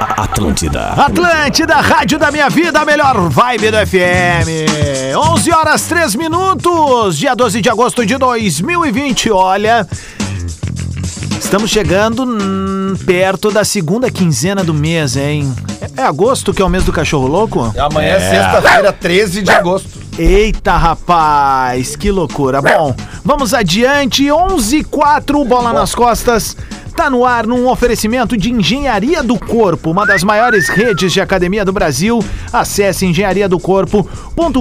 Atlântida. Atlântida, rádio da minha vida, a melhor vibe do FM. 11 horas 3 minutos, dia 12 de agosto de 2020. Olha, estamos chegando hum, perto da segunda quinzena do mês, hein? É, é agosto que é o mês do cachorro louco? Amanhã é, sexta-feira, 13 de agosto. Eita, rapaz, que loucura. Bom, vamos adiante. 11 4, bola nas costas. Tá no ar num oferecimento de Engenharia do Corpo, uma das maiores redes de academia do Brasil. Acesse engenhariadocorpo.com.br.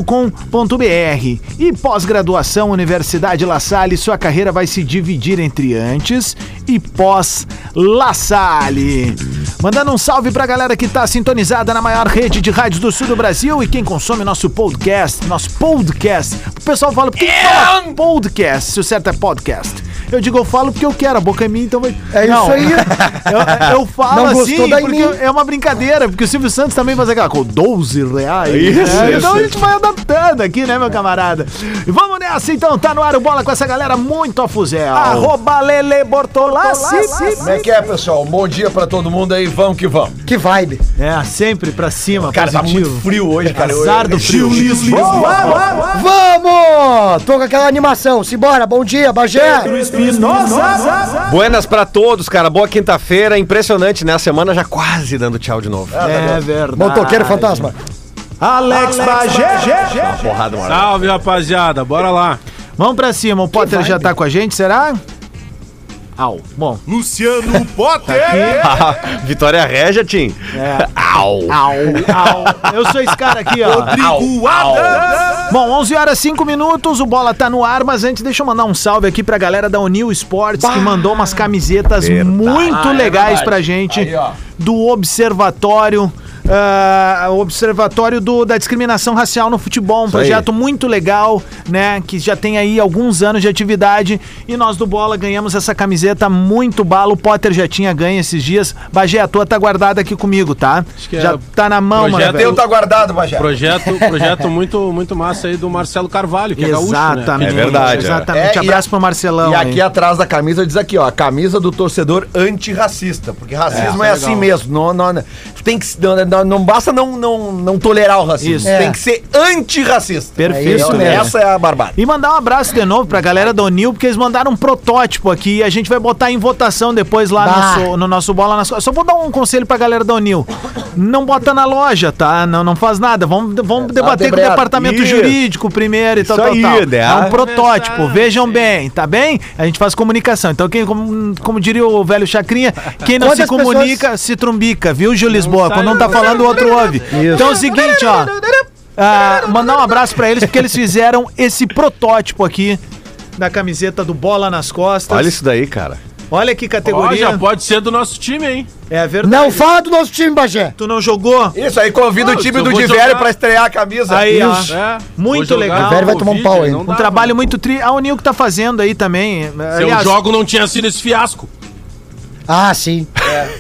E pós-graduação Universidade La Salle, sua carreira vai se dividir entre antes e pós-La Salle. Mandando um salve pra galera que tá sintonizada na maior rede de rádios do sul do Brasil e quem consome nosso podcast, nosso podcast. O pessoal fala, por que que fala podcast se o certo é podcast? Eu digo, eu falo porque eu quero, a boca é minha, então vai. É isso aí. Eu, eu falo Não gostou, assim, dá em porque mim. eu- é uma brincadeira, porque o Silvio Santos também faz aquela com 12 reais. né? Então a gente vai adaptando aqui, né, meu camarada? E vamos nessa, então, tá no ar o bola com essa galera muito a fuzel. Arroba Lele Bortolassi. Como é que é, pessoal? Bom dia pra todo mundo aí, vamos que vamos. Que vibe. É, sempre pra cima, Cara, tá muito positivo. frio hoje, cara. É Azar do frio. Boa, boa, boa. Vamos! Tô com aquela animação. Simbora, bom dia, Bagé. Buenas pra todos, cara. Boa quinta-feira. Impressionante, né? A semana já quase dando tchau de novo. É verdade. Motoqueiro fantasma. Alex Bagé. Porrada, mano. Salve, rapaziada. Bora lá. Vamos pra cima, o Potter já tá com a gente, será? Au, bom. Luciano tá Potter. Vitória Régia, Tim. É. Au. Au, au. Eu sou esse cara aqui, ó. Rodrigo Adams. Bom, 11 horas 5 minutos, o bola tá no ar, mas antes deixa eu mandar um salve aqui pra galera da Unil Esportes que mandou umas camisetas Verdade. muito Ah, é legais verdade. pra gente Aí, ó. do Observatório. ah, o observatório do- da discriminação racial no futebol, um projeto muito legal, né? Que já tem aí alguns anos de atividade. E nós do Bola ganhamos essa camiseta muito bala. O Potter já tinha ganho esses dias. Bagé, a tua tá guardada aqui comigo, tá? que já é tá na mão, projeto mano. Já deu, tá guardado, Bajé. Projeto, projeto muito, muito massa aí do Marcelo Carvalho, que é gaúcho, né? Exatamente. É verdade, é. Exatamente. É, e Abraço a- pro Marcelão. E aí. aqui é atrás da camisa diz aqui, ó, a camisa do torcedor antirracista, porque racismo é, É, assim legal. mesmo, não, não, não- tu tem que se- não, não, não basta não, não, não tolerar o racismo, Isso. tu tem que ser antirracista. Perfeito, É isso mesmo. né? Essa é a barbada. E mandar um abraço de novo pra galera do Nil, porque eles mandaram um protótipo aqui e a gente vai botar em votação depois lá Bah. no, so- no nosso bola nas Costas. Só vou dar um conselho pra galera do Nil. Não bota na loja, tá? Não, não faz nada. Vamos, vamos debater com o debreado. departamento Isso. jurídico primeiro e tal, tal, aí, tal. né? É um protótipo, vejam bem, tá bem? A gente faz comunicação. Então, quem, como, como diria o velho Chacrinha, quem não se Quantas pessoas- comunica, se trumbica, viu, Gil Lisboa? sai- Quando um tá falando, o outro ouve. Então é o seguinte, ó. ah, mandar um abraço pra eles, porque eles fizeram esse protótipo aqui da camiseta do Bola nas Costas. Olha isso daí, cara. Olha que é. Ó, categoria. já pode ser do nosso time, hein? É verdade. Não fala do nosso time, Bagé. Tu não jogou? Isso aí, convida o Não, time eu do vou Diverio jogar. pra estrear a camisa. Aí, ó. Isso. É. Muito Vou jogar legal. o Velho vai tomar um Covid, pau aí. não Um dá, trabalho mano. muito tri. A Unil que tá fazendo aí também. Se eu jogo, não tinha sido esse fiasco. Ah, sim.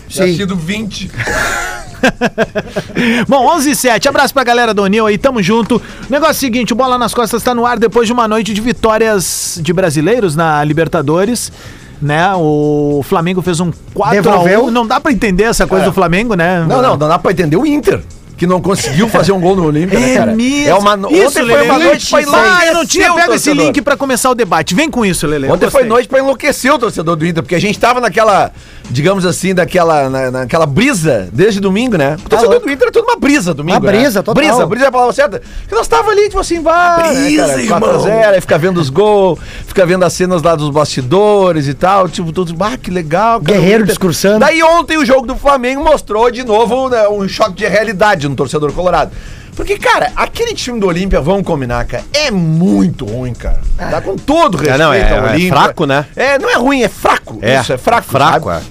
Tinha Sim. sido 20. Bom, 11 e 7. Abraço pra galera do Nil aí, tamo junto. Negócio seguinte, o Bola nas Costas tá no ar depois de uma noite de vitórias de brasileiros na Libertadores. Né, o Flamengo fez um 4x1. Devolveu. Não dá pra entender essa coisa do Flamengo, né? Não, não, não dá pra entender o Inter, que não conseguiu fazer um gol no Olímpia, né, É cara? mesmo. É uma no- Isso, Ontem foi Lelê. uma noite pra Ah, enlouquecer eu não tinha o pego esse torcedor. link pra começar o debate. Vem com isso, Lele. Ontem foi noite pra enlouquecer o torcedor do Inter, porque a gente tava naquela, digamos assim, daquela, na- naquela brisa desde domingo, né? O torcedor do Inter é tudo uma brisa domingo. Tá Uma né? brisa, total. Brisa, brisa é a palavra certa. Porque nós tava ali, tipo assim, vai. brisa, né, irmão. 4x0, aí fica vendo os gols, fica vendo as cenas lá dos bastidores e tal. Tipo, todos, ah, que legal. cara, Guerreiro o Inter- discursando. Daí ontem o jogo do Flamengo mostrou de novo né, um choque de realidade no torcedor colorado. Porque, cara, aquele time do Olímpia, vamos combinar, cara, é muito ruim, cara. Tá com todo respeito É, não, é- ao é Olímpia. fraco, né? É, não é ruim, é fraco. É. Isso, é fraco. Fraco, sabe?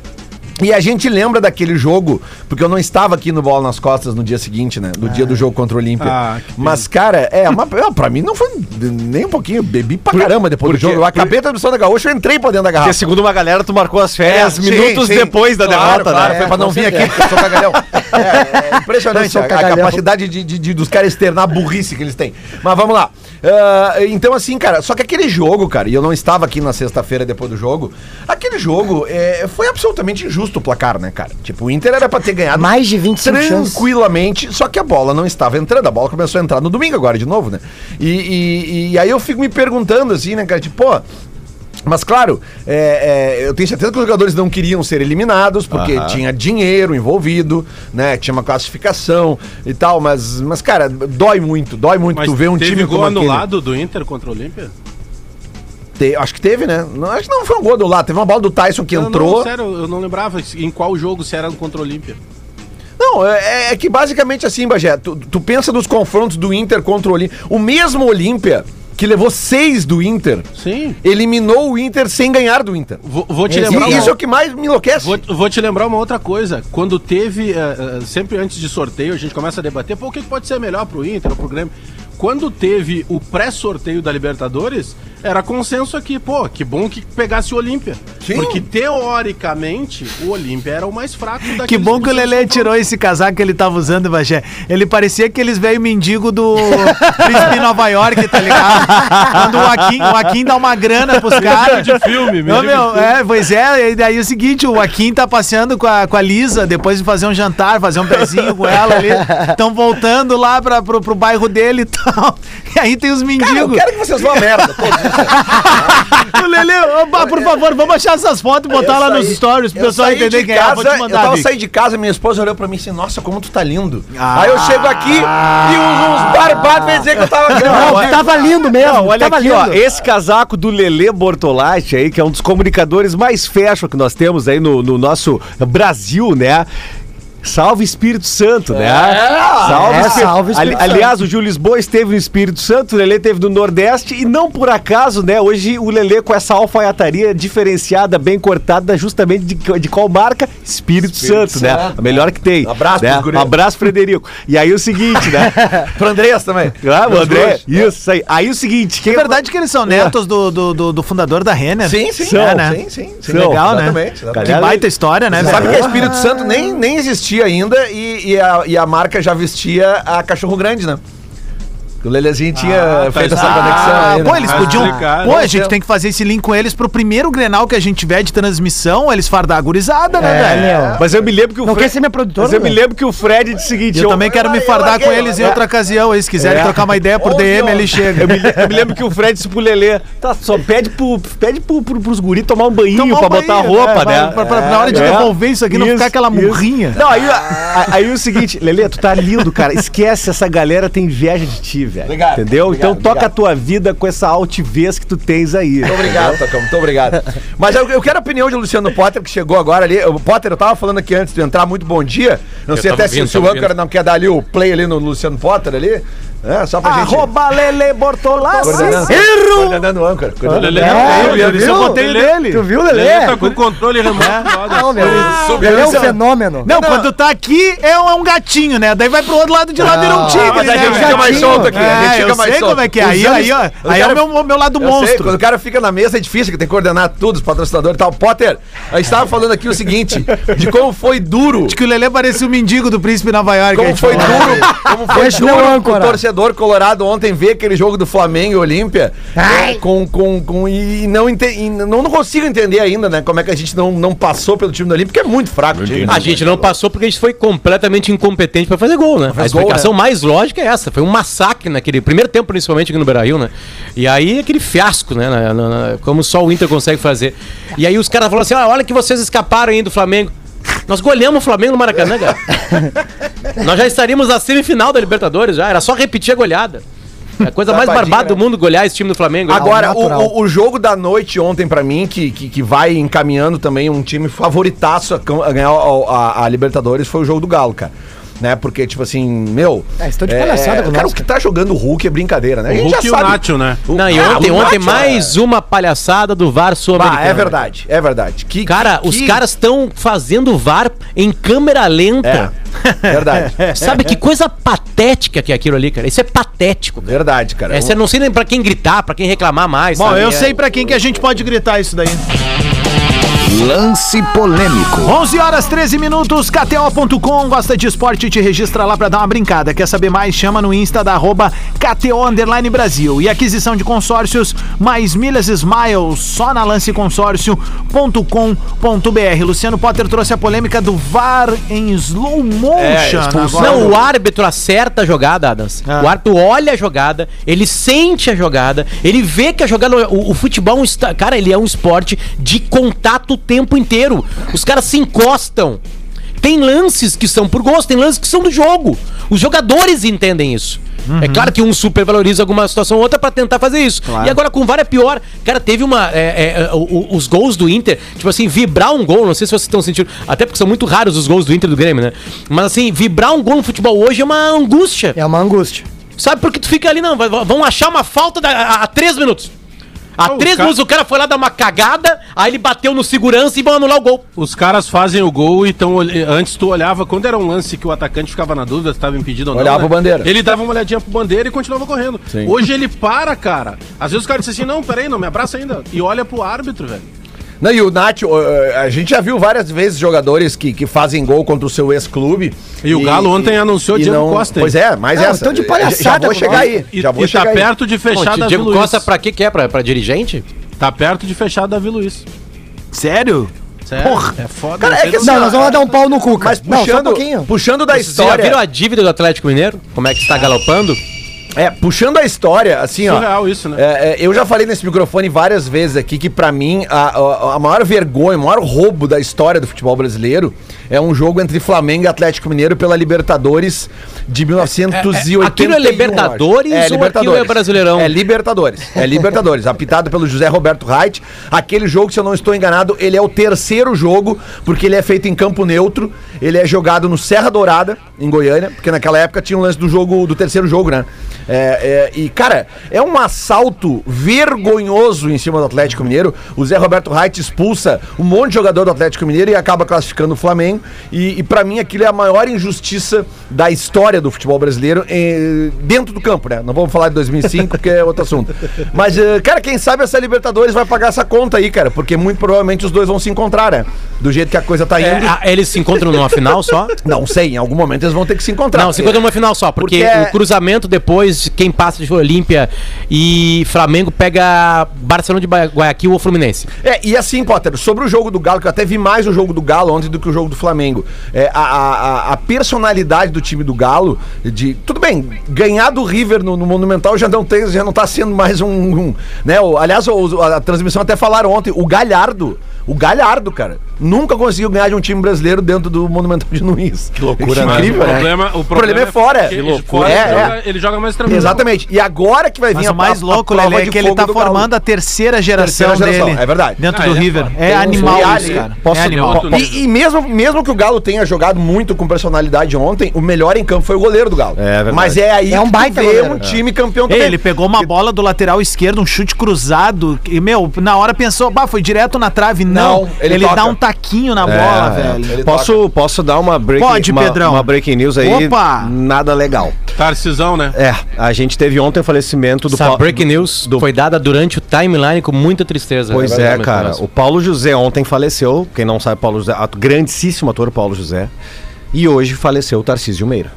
E a gente lembra daquele jogo, porque eu não estava aqui no Bola nas Costas no dia seguinte, né? No dia do jogo contra o Olímpia. Ah, que pena. Mas, cara, é, uma, é, pra mim não foi nem um pouquinho. Eu bebi pra caramba depois do porque- jogo. Eu acabei a transmissão da Gaúcha, eu entrei pra dentro da garrafa. Porque segundo uma galera, tu marcou as É, férias sim, minutos sim. depois da Claro, derrota, É, claro, né? Foi pra não com vir aqui, certeza. porque eu sou cagalhão. É, é impressionante Eu sou a, a cagalhão. capacidade de, de- de- dos caras externar a burrice que eles têm. Mas vamos lá. Ah, então, assim, cara, só que aquele jogo, cara, e eu não estava aqui na sexta-feira depois do jogo, aquele jogo é, foi absolutamente injusto justo o placar, né, cara? Tipo, o Inter era pra ter ganhado Mais de 25 chances. tranquilamente, só que a bola não estava entrando. A bola começou a entrar no domingo agora de novo, né? E, e- e aí eu fico me perguntando assim, né, cara? Tipo, pô. Mas claro, é, é, eu tenho certeza que os jogadores não queriam ser eliminados, porque tinha dinheiro envolvido, né? Tinha uma classificação e tal, mas, mas cara, dói muito, dói muito Mas tu ver um teve time gol como aquele. anulado do Inter contra o Olímpia? Te- acho que teve, né? Não, acho que não foi um gol do lado, teve uma bola do Tyson que Eu não- entrou. sério, eu não lembrava em qual jogo se era contra o Olímpia. Não, é, é que basicamente assim, Bagé, tu, tu pensa nos confrontos do Inter contra o Olímpia. O mesmo Olímpia que levou seis do Inter, Sim. eliminou o Inter sem ganhar do Inter. Vou, vou te E lembrar. isso uma- é o que mais me enlouquece. Vou, vou te lembrar uma outra coisa. Quando teve, eh, eh, sempre antes de sorteio, a gente começa a debater, pô, o que que pode ser melhor pro Inter, pro Grêmio? Quando teve o pré-sorteio da Libertadores, era consenso aqui, pô, que bom que pegasse o Olímpia. Sim. Porque teoricamente o Olímpia era o mais fraco daquele. Que bom que o Lelê tirou esse casaco que ele tava usando, Bagé. Ele parecia que eles veio mendigo do Príncipe em Nova York, tá ligado? Quando o Joaquim, o Joaquim dá uma grana pros caras. de filme, Não, meu, é, pois é, e daí é o seguinte, o Joaquim tá passeando com a, com a Lisa, depois de fazer um jantar, fazer um pezinho com ela ali, estão voltando lá pra, pro, pro bairro dele e tal, e aí tem os Cara, eu mendigos. quero que vocês vão a merda. Pô, O Lelê, opa, por favor, vamos achar essas fotos e botar É. eu lá saí- nos stories pro eu pessoal saí entender de quem é, casa, vou te Eu mandar, tava Vic. saindo de casa, minha esposa olhou pra mim assim, nossa, como tu tá lindo. Ah. Aí eu chego aqui e uns, uns barbados vêm dizer que eu tava grande. Não, tava lindo mesmo. Não, olha tava aqui, ó. Esse casaco do Lelê Bortolatti aí, que é um dos comunicadores mais fashion que nós temos aí no, no nosso Brasil, né? Salve Espírito Santo, né? Salve, é, Espí- salve Espírito Ali- Aliás, o Júlio Lisboa esteve no Espírito Santo, o Lelê esteve no Nordeste e não por acaso, né? Hoje o Lelê com essa alfaiataria diferenciada, bem cortada, justamente de, de qual marca? Espírito, Santo, né? A melhor que tem. Abraço né? pros guris. Abraço, Frederico. E aí o seguinte, né? Pro Andrés também. Ah, o Meus André, dois. isso aí. Aí o seguinte, quem É verdade que eles são netos do, do, do- do fundador da Renner. Sim, sim. É, né? Sim, sim. sim. Legal, né? Exatamente, exatamente. Que Aliás, baita história, né, Você sabe velho? que a Espírito Santo nem, nem existia ainda e, e a, e a marca já vestia a Cachorro Grande, né? O Lelezinho tinha Ah, tá feito essa explicado. conexão. Ah, aí, né? pô, eles Ah, podiam. explicado. Pô, a gente tem que fazer esse link com eles pro primeiro Grenal que a gente tiver de transmissão, eles fardar a gurizada, né, É, velho? meu. Mas eu me lembro que o Não quer Fred. ser minha produtora? Mas eu me meu? lembro que o Fred disse o seguinte. Eu, também quero me eu fardar larguei, com eles em eu- outra ocasião, aí, se quiserem É. trocar uma ideia por Onze DM, horas. ele Eu chega. me, eu me lembro que o Fred disse pro Lelê, tá, só pede, pro, pede pro, pro, pros guri tomar um banhinho Tomar um pra botar a banho, roupa, pra- né? pra- pra- na hora de É. devolver isso aqui, não ficar aquela murrinha. Não, aí, a- a- aí é o seguinte, Lelê, tu tá lindo, cara. Esquece, essa galera tem inveja de ti, velho. Obrigado, Entendeu? obrigado, então toca obrigado. a tua vida com essa altivez que tu tens aí. Muito obrigado, Tocão, muito obrigado. Mas eu, eu quero a opinião de Luciano Potter, que chegou agora ali. O Potter, eu tava falando aqui antes de entrar, muito bom dia. Não sei até se, se o âncora não quer dar ali o play ali no Luciano Potter ali. É, só pra Ah, gente... Arroba Lelê Coordenando, Bortolassi. coordenando o âncora. coordenando- Lelê, É, não tem, tu Lelê, viu? eu botei dele. Tu viu, Lelê? Lelê tá com o controle remoto. Não, meu. Lelê é um fenômeno. Não, quando tá aqui é um, é um gatinho, né? Daí vai pro outro lado de lá vira um tigre, mas né? a gente fica velho? mais solto aqui. a gente É, fica eu mais sei solto. como é que é. Aí, Os anos- aí, ó, os aí é cara- o meu, o meu lado Eu sei, monstro. quando o cara fica na mesa é difícil, que tem que coordenar tudo, os patrocinadores e tal. Potter, a gente tava falando aqui o seguinte, de como foi duro. Acho que o Lelê parecia o mendigo do príncipe Nova York. a Como gente foi falou. duro, como foi Deixa meu duro o é um âncora. torcedor colorado ontem ver aquele jogo do Flamengo e Olímpia. Ai. é, Com, com, com, e não, ente, e não, não consigo entender ainda, né? Como é que a gente não, não passou pelo time do Olímpia, porque é muito fraco o time. A gente é não passou porque a gente foi completamente incompetente pra fazer gol, né? A gol, explicação mais lógica é essa. Foi um massacre naquele primeiro tempo, principalmente aqui no Beira-Rio, né? E aí aquele fiasco, né? Na- na- na- como só o Inter consegue fazer. E aí os caras falaram assim, "Ah, olha que vocês escaparam aí do Flamengo. Nós goleamos o Flamengo no Maracanã, cara. Nós já estaríamos na semifinal da Libertadores já. Era só repetir a goleada. É a coisa mais Safadinho, barbada do né? mundo golear esse time do Flamengo. Agora, Ao o, É natural. o- o jogo da noite ontem pra mim, que, que, que vai encaminhando também um time favoritaço a, cam- a ganhar a, a- a Libertadores, foi o jogo do Galo, cara. Né? Porque, tipo assim, meu. É, estão de palhaçada com Cara, nós, o que tá jogando o Hulk é brincadeira, né? A O gente Hulk e o Nacho, né? Não, e Ah, ontem, o ontem Nacho, mais né? uma palhaçada do VAR Bah, sul-americano. é verdade, é verdade. Que, Cara, que- os que- caras estão fazendo VAR em câmera lenta. É, verdade. Sabe que coisa patética que é aquilo ali, cara? Isso é patético. cara. Verdade, cara. é Essa eu não sei nem pra quem gritar, pra quem reclamar mais. Bom, sabe? eu É- sei pra quem que a gente pode gritar isso daí. Lance polêmico. 11 horas 13 minutos, KTO.com. Gosta de esporte? Te registra lá pra dar uma brincada. Quer saber mais? Chama no Insta da arroba KTO Underline Brasil. E aquisição de consórcios, mais milhas Smiles, só na lanceconsórcio.com.br. Luciano Potter trouxe a polêmica do VAR em slow motion. É, expulsão. é agora. Não, o árbitro acerta a jogada, Adams. Ah. O árbitro olha a jogada, ele sente a jogada, ele vê que a jogada. O, o futebol, é um esta- cara, ele é um esporte de contato o tempo inteiro. Os caras se encostam. Tem lances que são por gosto, tem lances que são do jogo. Os jogadores entendem isso. É claro que um supervaloriza alguma situação ou outra pra tentar fazer isso. E agora com o VAR é pior. Cara, teve uma. é, é, é, o- o- os gols do Inter, tipo assim, vibrar um gol, não sei se vocês estão sentindo. Até porque são muito raros os gols do Inter e do Grêmio, né? Mas assim, vibrar um gol no futebol hoje é uma angústia. É uma angústia. Sabe por que tu fica ali, não? vai- vai- Vão achar uma falta da- a- há três minutos. Há Não, três o ca- minutos o cara foi lá dar uma cagada, aí ele bateu no segurança e vão anular o gol. Os caras fazem o gol e tão, olhe- antes tu olhava, quando era um lance que o atacante ficava na dúvida se estava impedido ou não. né? Olhava pra bandeira. Ele dava uma olhadinha pro bandeira e continuava correndo. Hoje ele para, cara. Às vezes o cara diz assim: não, peraí, não me abraça ainda. E olha pro árbitro, velho. Não, e o Nath, o- eh, a gente já viu várias vezes jogadores que, que fazem gol contra o seu ex-clube. E o Galo ontem anunciou e Diego não- Costa, hein? Pois é, mas Não, essa. tão de palhaçada Já vou com chegar nós. aí. E, já e vou tá chegar aí. perto de fechar Pô, da Diego Vila Luiz. Costa, pra que que é? Pra, pra dirigente? Tá perto de fechar da Vila Luiz. Sério? Sério? Porra. É foda. Cara, não é sei que do- assim, Não, nós vamos dar um pau no Cuca. Mas não, só um puxando, pouquinho. puxando da Vocês já história. viram a dívida do Atlético Mineiro? Como é que está galopando? É, puxando a história, assim, ó. Surreal isso, né? É, é, eu já falei nesse microfone várias vezes aqui que, pra mim, a, a- a maior vergonha, o maior roubo da história do futebol brasileiro é um jogo entre Flamengo e Atlético Mineiro pela Libertadores de É, 1981. aquilo é Libertadores eu um, acho. é, ou aquilo Libertadores. é Brasileirão? É Libertadores. É Libertadores. apitado pelo José Roberto Reit. Aquele jogo, se eu não estou enganado, ele é o terceiro jogo, porque ele é feito em campo neutro. Ele é jogado no Serra Dourada, em Goiânia, porque naquela época tinha um lance do jogo, do terceiro jogo, né? É, é, e, cara, é um assalto vergonhoso em cima do Atlético Mineiro. O Zé Roberto Reit expulsa um monte de jogador do Atlético Mineiro e acaba classificando o Flamengo. E, e para mim aquilo é a maior injustiça da história do futebol brasileiro eh, dentro do campo, né? Não vamos falar de 2005, porque é outro assunto. Mas, eh, cara, quem sabe essa Libertadores vai pagar essa conta aí, cara, porque muito provavelmente os dois vão se encontrar, né? Do jeito que a coisa tá indo. É, a- eles se encontram numa final só? Não sei, em algum momento eles vão ter que se encontrar. Não, se encontram numa final só, porque, Porque é- o cruzamento depois, quem passa de Olímpia e Flamengo pega Barcelona de Ba- Guayaquil ou Fluminense. É, e assim, Potter, sobre o jogo do Galo, que eu até vi mais o jogo do Galo ontem do que o jogo do Flamengo. É, a, a- a- a personalidade do time do Galo, de. Tudo bem, ganhar do River no, no Monumental já não, tem, já não tá sendo mais um. um, né? O- aliás, o- a, a transmissão até falaram ontem, o Galhardo. O Galhardo, cara, nunca conseguiu ganhar de um time brasileiro dentro do Monumental de Nunes. Que loucura, Mas incrível, o, né? problema, o, problema é fora. que ele- É, fora ele, é. joga, ele joga mais tranquilo. Exatamente. E agora que vai vir Mas o mais louco, Lelê, é que ele tá formando a terceira geração, Terceira geração, dele. é verdade. Dentro Ah, do ele é River. foda. É, Tem um animal Ferrari, isso, cara. posso- é animal. Outro nível. E, e mesmo, mesmo que o Galo tenha jogado muito com personalidade ontem, o melhor em campo foi o goleiro do Galo. É verdade. Mas é aí É um que tu baita vê goleiro. um time campeão Ei, ele pegou uma bola do lateral esquerdo, um chute cruzado. E, meu, na hora pensou, bah, foi direto na trave. Não, Não, ele ele, toca. dá um taquinho na Ah, bola, velho. Ele Posso, posso dar uma break, É. Pode, uma, Pedrão. uma breaking news aí? Opa! Nada legal. Tarcisão, né? É, a gente teve ontem o falecimento do Essa Paulo. break news foi dada durante o timeline com muita tristeza. Pois é, Exatamente, cara. nossa. O Paulo José ontem faleceu. Quem não sabe, Paulo José, ato, grandíssimo ator Paulo José. E hoje faleceu o Tarcísio Meira.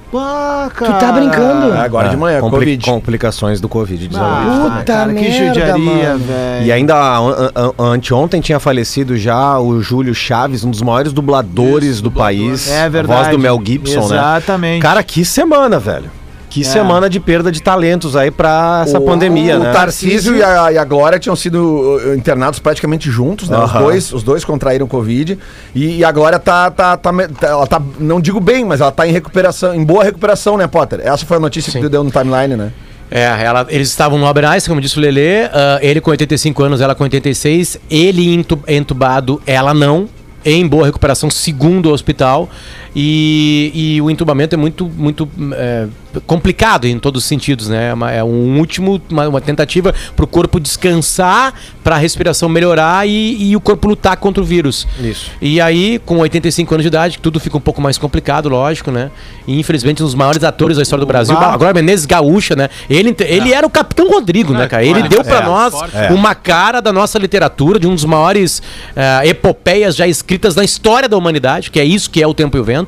Tu tá brincando. Ah, agora de manhã, compli- Covid. Complicações do Ah, Covid-19. Puta merda, mano. velho. E ainda an- an- anteontem tinha falecido já o Júlio Chaves, um dos maiores dubladores do país. É A verdade. voz do Mel Gibson, né? Exatamente. Cara, que semana, velho. Que semana de perda de talentos aí pra essa pandemia, o né? Tarcísio e a, e a Glória tinham sido uh, internados praticamente juntos, né? Os, Aham. dois, os dois contraíram Covid. E, e a Glória tá, tá, tá, me- tá- Ela tá. Não digo bem, mas ela tá em recuperação, em boa recuperação, né, Potter? Essa foi a notícia que tu deu no timeline, né? É, ela- eles estavam no Albert Einstein, como disse o Lelê, ah, ele com 85 anos, ela com 86, ele entu- entubado, ela não, em boa recuperação, segundo o hospital. E, e o entubamento é muito, muito é, complicado em todos os sentidos, né? É uma- É um último, uma, uma tentativa para o corpo descansar, para a respiração melhorar e, e o corpo lutar contra o vírus. Isso. E aí, com 85 anos de idade, tudo fica um pouco mais complicado, lógico, né? E infelizmente, um dos maiores atores da história do Brasil, Bah. agora Menezes Gaúcha, né? Ele, inte- ele era o Capitão Rodrigo, né, cara? Ele claro, deu para é, nós forte. uma cara da nossa literatura, de um dos maiores eh, epopeias já escritas na história da humanidade, que é isso que é o Tempo e o Vento.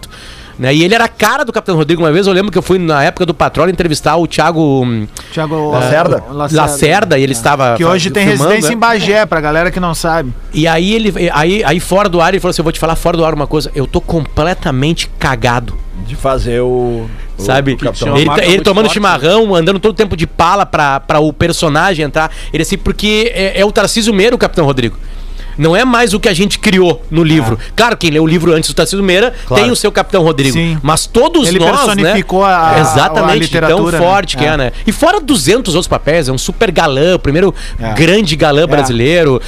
Né? E ele era a cara do Capitão Rodrigo. Uma vez eu lembro que eu fui na época do Patrulha entrevistar o Thiago hum, Tiago Lacerda? Lacerda, e ele estava. Que hoje tem filmando, residência né? em Bagé, pra galera que não sabe. E aí ele. Aí, aí fora do ar, ele falou assim: eu vou te falar fora do ar uma coisa, eu tô completamente cagado. De fazer o. Sabe? é Capitão. Ele, Uma tá, marca ele muito tomando forte, chimarrão, andando todo tempo de pala pra, pra o personagem entrar. Ele assim, porque é, é o Tarcísio Meira, o Capitão Rodrigo. Não é mais o que a gente criou no livro. É. Claro, quem leu o livro antes do Tarcísio Meira tem o seu Capitão Rodrigo. Sim. Mas todos Ele nós, personificou né? a- a Exatamente, de tão literatura, né? forte que é, É. né? E fora 200 outros papéis, é um super galã, o primeiro É. grande galã brasileiro,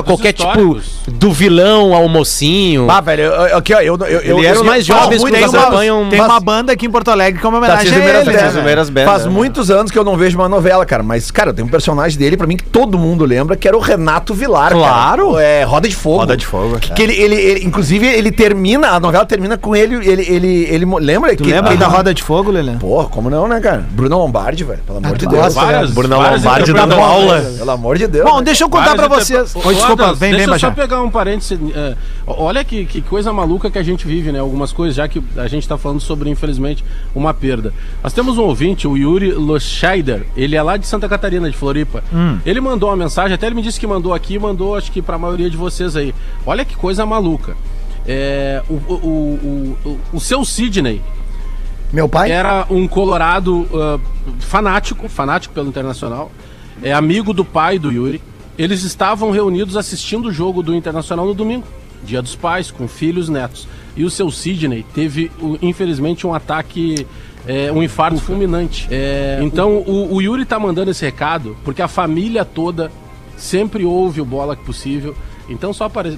Ah, ele é dos qualquer tipo históricos. do vilão ao mocinho. Ah, velho, eu, eu, aqui, ó, eu, eu, eu, Ele era eu- os mais eu- jovens Ó, que Tem nos tem uma- apanham. Tem uma banda aqui em Porto Alegre que é uma Tá, homenagem Tarcísio a Meira ele, Bela, né? né? Meiras Bela, Faz né? muitos anos que eu não vejo uma novela, cara. Mas, cara, tem um personagem dele, pra mim, que todo mundo lembra, que era o Renato Vilar. cara. Claro. É, Roda de Fogo. Roda de Fogo, Que, é. que ele, ele, ele- inclusive, ele termina, a novela termina com ele. Ele. ele, ele mo- lembra? Tu que, lembra que- da Roda de Fogo, Lelê? Porra, como não, né, cara? Bruno Lombardi, velho. Pelo amor de Deus. Nossa, Várias- né? Bruno várias Lombardi dando interpretações. aula. Pelo amor de Deus. Bom, né, deixa eu contar pra Várias vocês. interpre- Oi, Ô, desculpa, Adams, vem, deixa vem, eu só Bajá. pegar um parêntese. é, olha que, que coisa maluca que a gente vive, né? Algumas coisas, já que a gente tá falando sobre, infelizmente, uma perda. Nós temos um ouvinte, o Yuri Loscheider. Ele é lá de Santa Catarina, de Floripa. Hum. Ele mandou uma mensagem, até ele me disse que mandou aqui, mandou acho que pra maioria de vocês aí. Olha que coisa maluca. É, o, o, o, o, o seu Sidney, Meu pai? era um colorado ah, fanático, fanático pelo Internacional, é amigo do pai do Yuri. Eles estavam reunidos assistindo o jogo do Internacional no domingo, dia dos pais, com filhos, netos. E o seu Sidney teve, o- infelizmente, um ataque, é, um infarto fulminante. É, então, o, o Yuri tá mandando esse recado porque a família toda sempre ouve o bola que possível. Então, só para...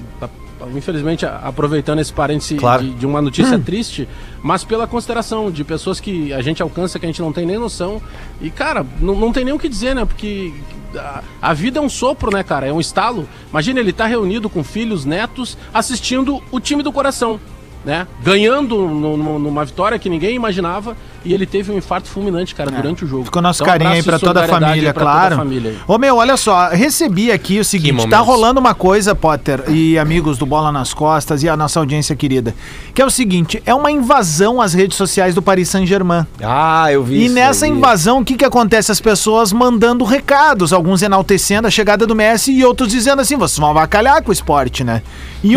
Infelizmente, a- aproveitando esse parêntese Claro. de, de uma notícia triste, mas pela consideração de pessoas que a gente alcança que a gente não tem nem noção. E, cara, não, não tem nem o que dizer, né? Porque a, a vida é um sopro, né, cara? É um estalo. Imagina, ele tá reunido com filhos, netos, assistindo o time do coração. Né? Ganhando no- no- numa vitória que ninguém imaginava e ele teve um infarto fulminante, cara, durante o jogo. Ficou nosso Então, carinho aí abraço e pra toda a solidariedade família, pra claro. Toda a família aí. Ô meu, olha só, recebi aqui o seguinte, tá momento. rolando uma coisa, Potter e amigos do Bola nas Costas e a nossa audiência querida, que é o seguinte, é uma invasão às redes sociais do Paris Saint-Germain. Ah, eu vi E isso nessa daí. invasão, o que que acontece? As pessoas mandando recados, alguns enaltecendo a chegada do Messi e outros dizendo assim, vocês vão avacalhar com o esporte, né? E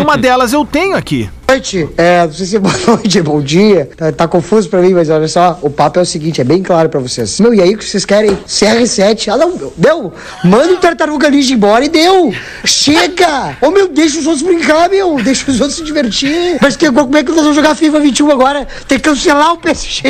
uma delas eu tenho aqui. Boa noite. É, não sei se é boa noite, é bom dia. Tá, tá confuso pra mim, mas olha só, o papo é o seguinte, é bem claro pra vocês. Meu, e aí o que vocês querem? CR7. Ah, não, meu, deu. Manda o Tartaruga Ninja embora e deu. Chega! Ô, meu, deixa os outros brincar, meu. Deixa os outros se divertir. Mas que, como é que nós vamos jogar FIFA 21 agora? Tem que cancelar o PSG.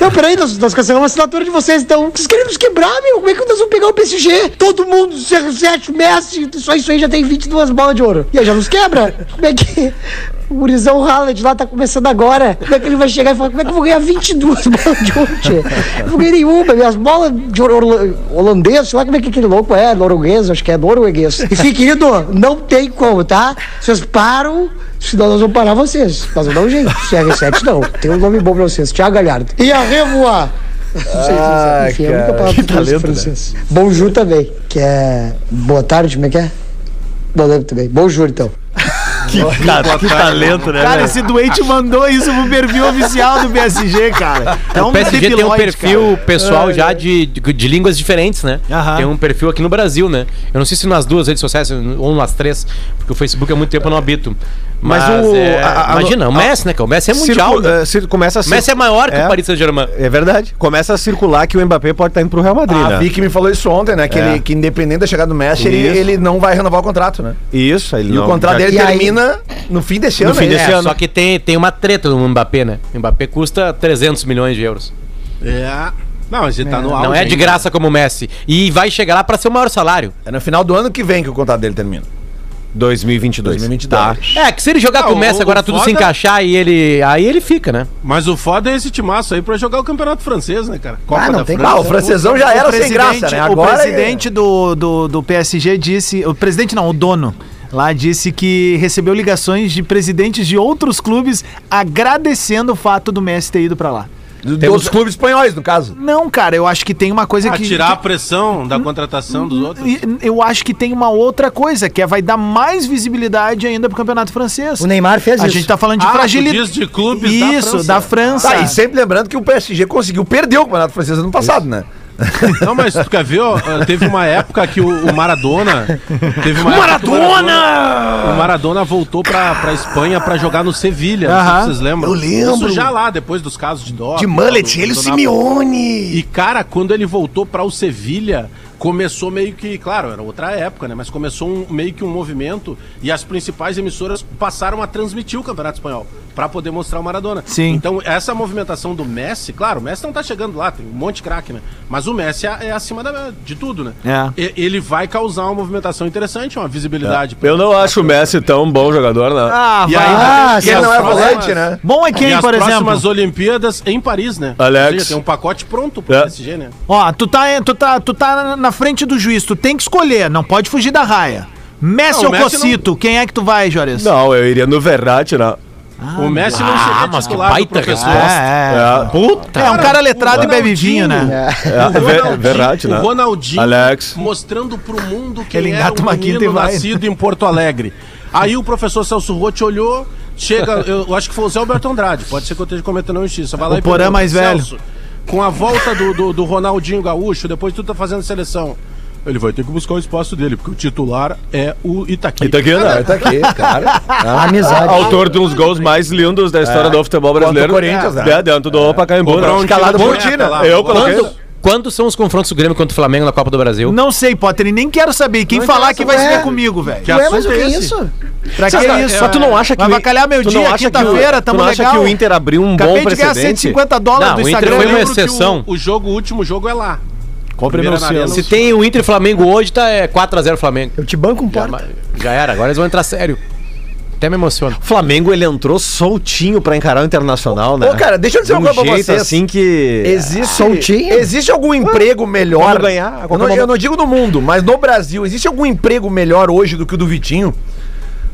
Não, peraí, nós, nós cancelamos a assinatura de vocês, então. Vocês querem nos quebrar, meu? Como é que nós vamos pegar o PSG? Todo mundo, CR7, Messi, só isso aí já tem 22 bolas de ouro. E aí já nos quebra. Como é que... O gurizão Haaland lá tá começando agora. Como é que ele vai chegar e falar, como é que eu vou ganhar 22 bolas de ouro, tio? Eu não ganhei nenhuma, minhas bolas de ouro orla- holandês, sei lá como é que aquele louco é, norueguês, acho que é norueguês. Enfim, querido, não tem como, tá? Vocês param, senão nós vamos parar vocês. Nós vamos dar um jeito. CR7 não, tem um nome bom pra vocês, Thiago Galhardo. E a Revoar. Não sei se Ah, vocês- Enfim, é a única cara, que palavra que eu conheço talento, né? francês. Bonjour também, que é... Boa tarde, como é que é? Não lembro também. Bonjour, então. Cara, que Tá talento, né? Cara, velho? esse doente mandou isso pro perfil oficial do PSG, cara. É um o PSG tem um debilóide, perfil cara. pessoal já de, de, de línguas diferentes, né? Aham. Tem um perfil aqui no Brasil, né? Eu não sei se nas duas redes sociais ou nas três, porque o Facebook há muito tempo eu não habito. Mas, Mas o- é, a- a- imagina, o Messi, né? cara? O Messi é mundial. Circu- né? eh, cir- começa O a cir- Messi é maior que É. o Paris Saint-Germain. É verdade. Começa a circular que o Mbappé pode estar indo pro Real Madrid, A né? Vicky me falou isso ontem, né? Que, É. ele, que independente da chegada do Messi, ele, Isso. ele não vai renovar o contrato, né? Isso, ele E não- o contrato já- dele E aí? termina no fim desse No ano. fim aí, desse né? É, ano. só que tem, tem uma treta no Mbappé, né? O Mbappé custa 300 milhões de euros. É. Não, mas ele tá no não auge é de ainda. graça como o Messi. E vai chegar lá pra ser o maior salário. É no final do ano que vem que o contrato dele termina. 2022. 2022. É, que se ele jogar Ah, pro o- Messi o agora tudo se foda- encaixar e ele. Aí ele fica, né? Mas o foda é esse timaço aí pra jogar o campeonato francês, né, cara? Copa Ah, não da tem França. Ah, o francesão já era sem graça, né? Agora o presidente do, do, do PSG disse. O presidente não, o dono. Lá disse que recebeu ligações de presidentes de outros clubes agradecendo o fato do Messi ter ido pra lá. é, tem os clubes espanhóis, no caso. Não, cara, eu acho que tem uma coisa que. Atirar a pressão da contratação dos outros. E- Eu acho que tem uma outra coisa, que é vai dar mais visibilidade ainda pro campeonato francês. O Neymar fez a isso. gente tá falando de Ah, tu fragilidade. diz de clubes da Isso, França. da França. Tá, e sempre lembrando que o PSG conseguiu perder o Campeonato Francês ano passado, né? Não, mas tu quer ver, ó, teve uma época que o, o Maradona. Teve uma época que o Maradona! O Maradona voltou pra, pra Espanha pra jogar no Sevilha. Não sei se vocês lembram? Eu lembro. Isso já lá, depois dos casos de dó. De mullet, ele Simeone! E cara, quando ele voltou pra o Sevilha. Começou meio que, claro, era outra época, né? Mas começou um- meio que um movimento e as principais emissoras passaram a transmitir o Campeonato Espanhol pra poder mostrar o Maradona. Sim. Então, então, essa movimentação do Messi, claro, o Messi não tá chegando lá, tem um monte de craque, né? Mas o Messi é, é acima da- de tudo, né? É. E- ele vai causar uma movimentação interessante, uma visibilidade. É. Eu não acho o Messi tão bom jogador, né? não. Ah, E vai. aí- Ah, E ele as não é próximas- volante, né? Bom é e quem, as por exemplo? próximas Olimpíadas em Paris, né? Alex. Ou seja, tem um pacote pronto pro É. PSG, né? Ó, tu tá, tu, tá, tu tá na frente do juiz, tu tem que escolher, não pode fugir da raia. Messi Não, ou o Messi Cocito, quem é que tu vai, Jores? Não, eu iria no Verratti, né? o Messi não Ah, seria mas que titular do baita professor. É, é. É. Puta! É um cara letrado O e bebe vinho, né? Ronaldinho- É, O Ronaldinho, Ver- Verratti, né? o Ronaldinho Alex. mostrando pro mundo que Ele ele, era engata uma um quinta e menino vai, né? nascido em Porto Alegre. Aí o professor Celso Rotti olhou, chega, eu eu acho que foi o Zé Alberto Andrade, pode ser que eu esteja cometendo uma injustiça. Vai lá O e Porã pergunta, mais velho. Celso, com a volta do, do, do Ronaldinho Gaúcho, depois tu tá fazendo seleção. Ele vai ter que buscar o espaço dele, porque o titular é o Itaqui. Itaqui, né? Tá aqui, cara. Amizade. Autor de uns gols mais lindos da história do futebol brasileiro. Contra o Corinthians, né? É, dentro do Pacaembu, né? Cobrar um Escalado tiro por do ti, né? meta lá, Eu agora. coloquei. Quando, quando são os confrontos do Grêmio contra o Flamengo na Copa do Brasil? Não sei, Potter, e nem quero saber. Quem falar que vai se ué. ver comigo, velho. Que Ué, assunto mas o que é é esse? isso? Pra que Mas isso? tu não acha que... Vai o- avacalhar meu tu não dia, acha que o- quinta-feira, tamo Tu não acha legal. que o Inter abriu um bom Acabei de ganhar precedente? 150 dólares Não, do o Inter Instagram. é foi Eu uma lembro que exceção. O, o jogo, o último jogo é lá. Compre Primeira meu na selo. arena. Se tem o Inter e Flamengo hoje, tá é 4x0 Flamengo. Eu te banco um Já, pouco. já era, agora eles vão entrar sério. Até me emociona. O Flamengo, ele entrou soltinho pra encarar o Internacional, né? Ô, cara, deixa eu dizer de uma um coisa pra jeito vocês. assim que... Existe, Soltinho? existe algum emprego melhor? vamos ganhar a eu, qualquer não, eu momento. não digo no mundo, mas no Brasil, existe algum emprego melhor hoje do que o do Vitinho?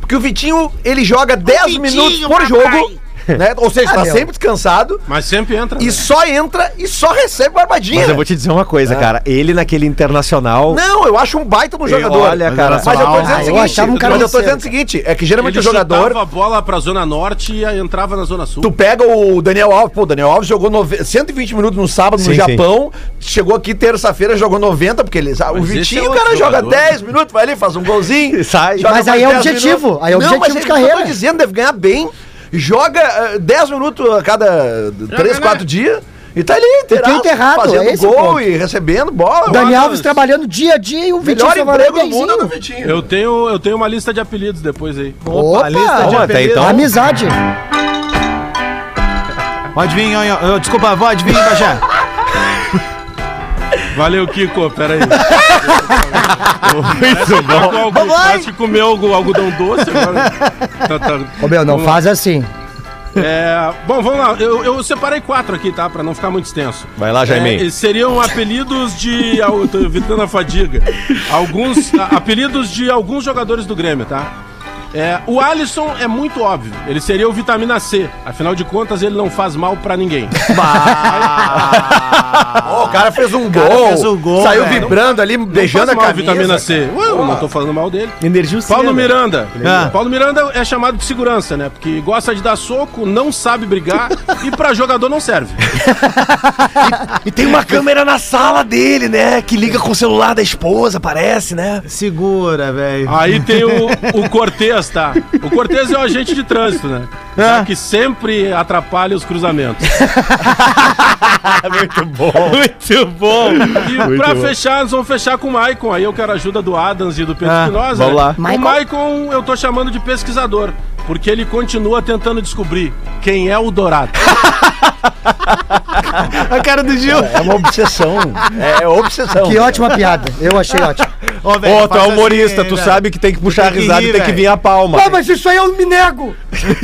Porque o Vitinho, ele joga 10 minutos por jogo, né? ou seja, Ah, tá meu. sempre descansado, Mas sempre entra. e né? só entra e só recebe uma armadinha. Mas eu vou te dizer uma coisa, cara. Ele naquele Internacional... É. Não, eu acho um baita no Eu- jogador. olha, cara, mas eu tô dizendo ah, o eu seguinte, achava um cara mas eu tô lanceiro, dizendo o seguinte, é que geralmente Ele o jogador... chutava a bola pra Zona Norte e aí entrava na Zona Sul. Tu pega o Daniel Alves, pô, o Daniel Alves jogou nove- 120 minutos no sábado Sim, no sim. Japão, chegou aqui terça-feira, jogou 90, porque ele, ah, o Mas esse Vitinho, é o outro cara joga jogador, 10 minutos, vai ali, faz um golzinho, E sai. joga Mas mais aí é 10 objetivo, aí é Não, objetivo mas de ele- carreira. Eu tô dizendo, deve ganhar bem, joga ah, 10 minutos a cada 3, né? 4 dias, e tá ali, inteirado, Inter errado, fazendo é esse o gol ponto. e recebendo bola. Daniel Adams. Alves trabalhando dia a dia e um o Vitinho melhor Savarino emprego do mundo é do benzinho. Vitinho. Eu tenho, eu tenho uma lista de apelidos depois aí. Opa, lista de Bom, é até então... Amizade. Pode vir, ó, ó, ó, desculpa, pode vir, Bajá. Valeu, Kiko. Pera aí. Muito bom. Com algum, parece que comeu algo- algodão doce agora. Tá- tá- Ô, meu, não Vamos lá. faz assim. É, bom, vamos lá. Eu, eu separei quatro aqui, tá? Pra não ficar muito extenso. Vai lá, Jaime. É, seriam apelidos de. Eu tô evitando a fadiga. Alguns. a- Apelidos de alguns jogadores do Grêmio, tá? É, o Alisson é muito óbvio. Ele seria o vitamina C. Afinal de contas, ele não faz mal pra ninguém. Ah, Ó, o cara fez um gol, fez o gol, saiu velho. vibrando ali, beijando a faz mal, camisa. vitamina C. Ué, eu não tô falando mal dele. Energia Paulo Miranda. Ah. Paulo Miranda é chamado de segurança, né? Porque gosta de dar soco, não sabe brigar e pra jogador não serve. E tem uma câmera na sala dele, né? Que liga com o celular da esposa, parece, né? Segura, velho. Aí tem o, o Cortez, tá? O Cortez é o agente de trânsito, né? Já que sempre atrapalha os cruzamentos. Muito bom. E pra fechar, nós vamos fechar com o Maicon. Aí eu quero a ajuda do Adams e do Pedro Ah, Espinosa. né? vamos lá. O Maicon eu tô chamando de pesquisador, porque ele continua tentando descobrir quem é o Dourado. A cara do Gil. É uma obsessão. É obsessão. Que ótima piada. Eu achei ótimo. Ô, velho, tá Ô, tu é faz humorista, assim, tu velho. sabe que tem que puxar tem que a risada rir, e tem que velho. vir a palma. Ah, mas isso aí eu me nego.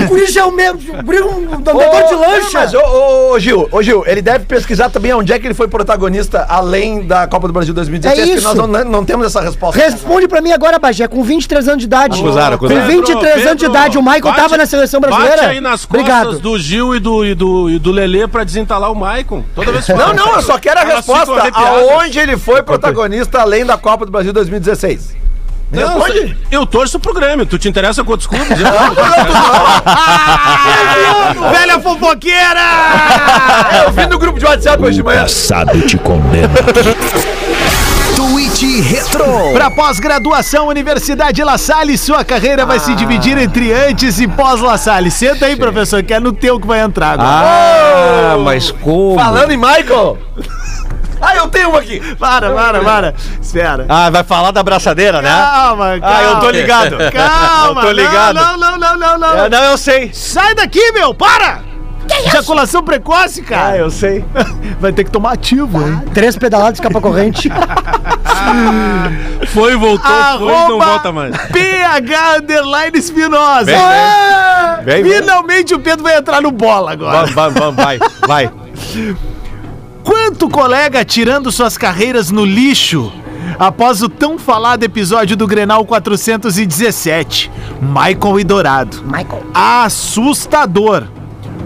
O Corinthians é o mesmo. O Briga um andador de lancha. Mas, ô, ô, ô, Gil, ô, Gil, ele deve pesquisar também onde é que ele foi protagonista além da Copa do Brasil 2016, É que nós isso. não, não temos essa resposta. Responde pra mim agora, Bagé, com 23 anos de idade. Acusaram, com é. acusaram. 23 anos de idade, o Maicon bate- tava na seleção brasileira. Bate aí nas costas do Gil e do, e do, e do Lelê pra desentalar o Maicon. Toda vez que Não, fala- não, eu só quero a Elas resposta. ficam arrepiadas. Aonde ele foi protagonista além da Copa do Brasil 2016? Me Não, responde. Eu torço pro Grêmio. Tu te interessa com outros clubes? Eu não. Velha fofoqueira! É, Eu vi no grupo de WhatsApp hoje de manhã. Para pós-graduação, Universidade La Salle, sua carreira vai Ah. se dividir entre antes e pós-La Salle. Senta aí, professor, que é no teu que vai entrar agora. Ah, mas como? Falando em Michael. Ah, eu tenho uma aqui. Para, para, para. Espera. Ah, vai falar da abraçadeira, né? Calma, calma. Ah, eu tô ligado. Calma. Eu tô ligado. Não, não, não, não, não. É, não. não, eu sei. Sai daqui, meu, para! Ejaculação precoce, cara. Ah, eu sei. Vai ter que tomar ativo, hein? Três pedaladas de capa corrente. Foi, Então voltou, foi, não Arroba volta mais. PH Underline Espinosa. Vem, vem. Ah! Vem, vem. Finalmente o Pedro vai entrar no bola agora. Vamos, vamos, vamos, vai, vai. Quanto colega tirando suas carreiras no lixo após o tão falado episódio do Grenal 417, Michael e Dourado. Michael. Assustador.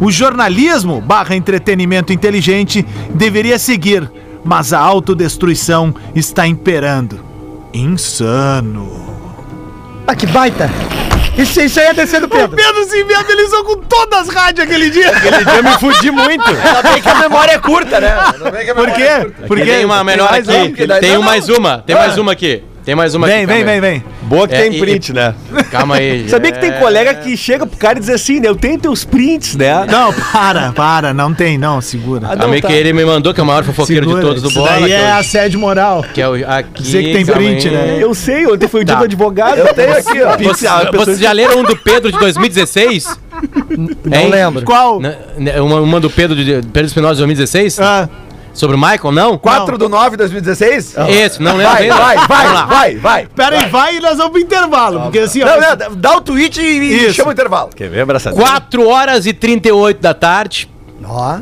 O jornalismo barra entretenimento inteligente deveria seguir, mas a autodestruição está imperando. Insano. Ah, que baita. Isso, isso aí é descer do Pedro. Pedro se inviabilizou com todas as rádios aquele dia. Eu me fudi muito. Ainda bem que a memória é curta, né? Por quê? Por Porque tem quê? uma melhor mais um, aqui. porque daí- Tem não, mais uma. Tem mais uma aqui. Tem mais uma um? Vem, aqui. vem, calma vem, aí. vem. Boa que É, tem e- print, né? Calma aí. Sabia que é. tem colega que chega pro cara e diz assim, né? Eu tenho teus prints, né? Não, para, para, não tem, não, segura. Ah, não, Também tá. que ele me mandou, que é o maior fofoqueiro Segura, de todos do isso bola. daí que é o- assédio moral. que é o- aqui, Dizer que tem calma print, aí. né? Eu sei, ontem foi o Tá. dia do advogado. Eu tenho aqui, ó. assim, Vocês, "Ah, vocês já leram um do Pedro de 2016? Não lembro. Qual? Né, Uma, uma do Pedro, de, Pedro Espinosa de 2016? Ah, Sobre o Michael, não? 4 do 9 de 2016? Esse, não lembro. Vai, ainda. vai, vai, Vamos lá. vai, vai. pera aí, vai e nós vamos pro intervalo. Porque assim, ó. Não, não, dá o tweet e, e Isso. chama o intervalo. Quer ver, abraçadeira? 4 horas e 38 da tarde. Ó.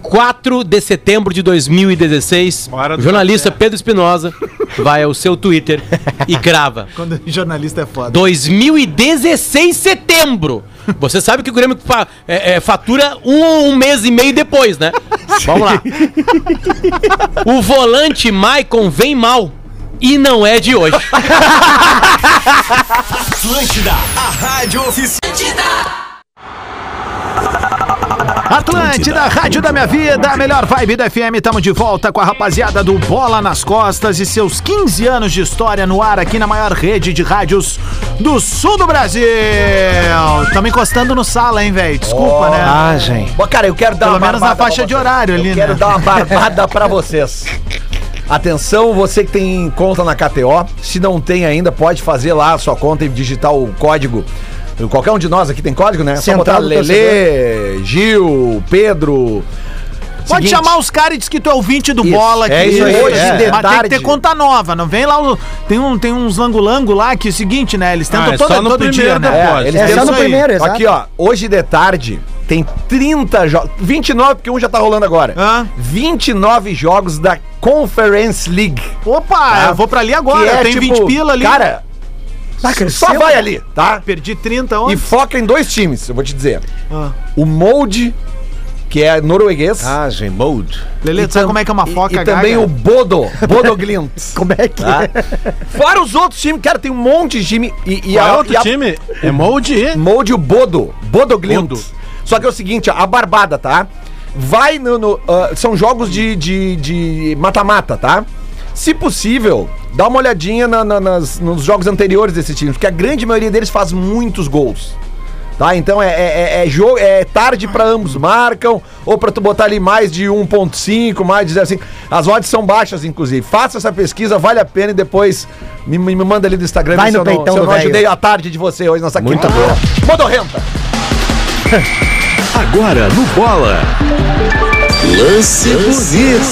4 de setembro de 2016, Hora o do jornalista Pedro Espinosa vai ao seu Twitter e crava. Quando jornalista é foda. 2016, setembro. Você sabe que o Grêmio fa- é- é, fatura um, um mês e meio depois, né? Vamos lá. O volante Maicon vem mal e não é de hoje. Atlântida, Rádio da Minha Vida, a melhor vibe da FM. Tamo de volta com a rapaziada do Bola nas Costas e seus 15 anos de história no ar aqui na maior rede de rádios do sul do Brasil. Tamo encostando no sala, hein, velho? Desculpa, né? Ah, gente. Bom, cara, eu quero dar Pelo menos na barbada faixa pra de vocês. horário ali, Eu né? quero dar uma barbada pra vocês. Atenção, você que tem conta na KTO, se não tem ainda, pode fazer lá a sua conta e digitar o código. Qualquer um de nós aqui tem código, né? Central do Lelê, Gil, Pedro. Pode Seguinte, chamar os caras e diz que tu é ouvinte do Isso. bola aqui. É isso aí, Hoje é. de Mas tem que tarde. ter conta nova, não vem lá. o- Tem, um, tem uns langolango lá que é o seguinte, né? Eles tentam Ah, é todo, só no todo dia, primeiro né? da- É, Pode. eles É têm só isso no aí. primeiro, exato. Aqui, ó, hoje de tarde tem 30 jogos. 29, porque um já tá rolando agora. Hã? 29 jogos da Conference League. Opa, Tá? eu vou pra ali agora, Que é, tem tipo, 20 pila ali. Cara, Tá só crescendo. vai ali, tá? perdi 30 E ontem. foca em dois times, eu vou te dizer. Ah. O Molde, que é norueguês. Ah, Agem, mode. Lelê, tu sabe como é que é uma foca, e, e também gaga? o Bodo, Bodo Glint. Como é que tá? é? Fora os outros times, cara, tem um monte de time. E, e E é a- e outro a- time? É molde e... Molde o Bodo. Bodo Glint. Bodo. Só que é o seguinte, ó, a barbada, tá? Vai no. no, ah, são jogos de- de de mata-mata, tá? Se possível, dá uma olhadinha na- na- nas- nos jogos anteriores desse time, porque a grande maioria deles faz muitos gols. Tá? Então é, é, é- é jogo, é tarde pra ambos marcam, ou pra tu botar ali mais de 1.5, mais de 0.5. As odds são baixas, inclusive. Faça essa pesquisa, vale a pena e depois me, me- me manda ali do Instagram Vai se no eu não, peitão se eu do não velho. ajudei a tarde de você hoje nessa quinta-feira. Modorrenta! Agora no Bola. Lance bonito.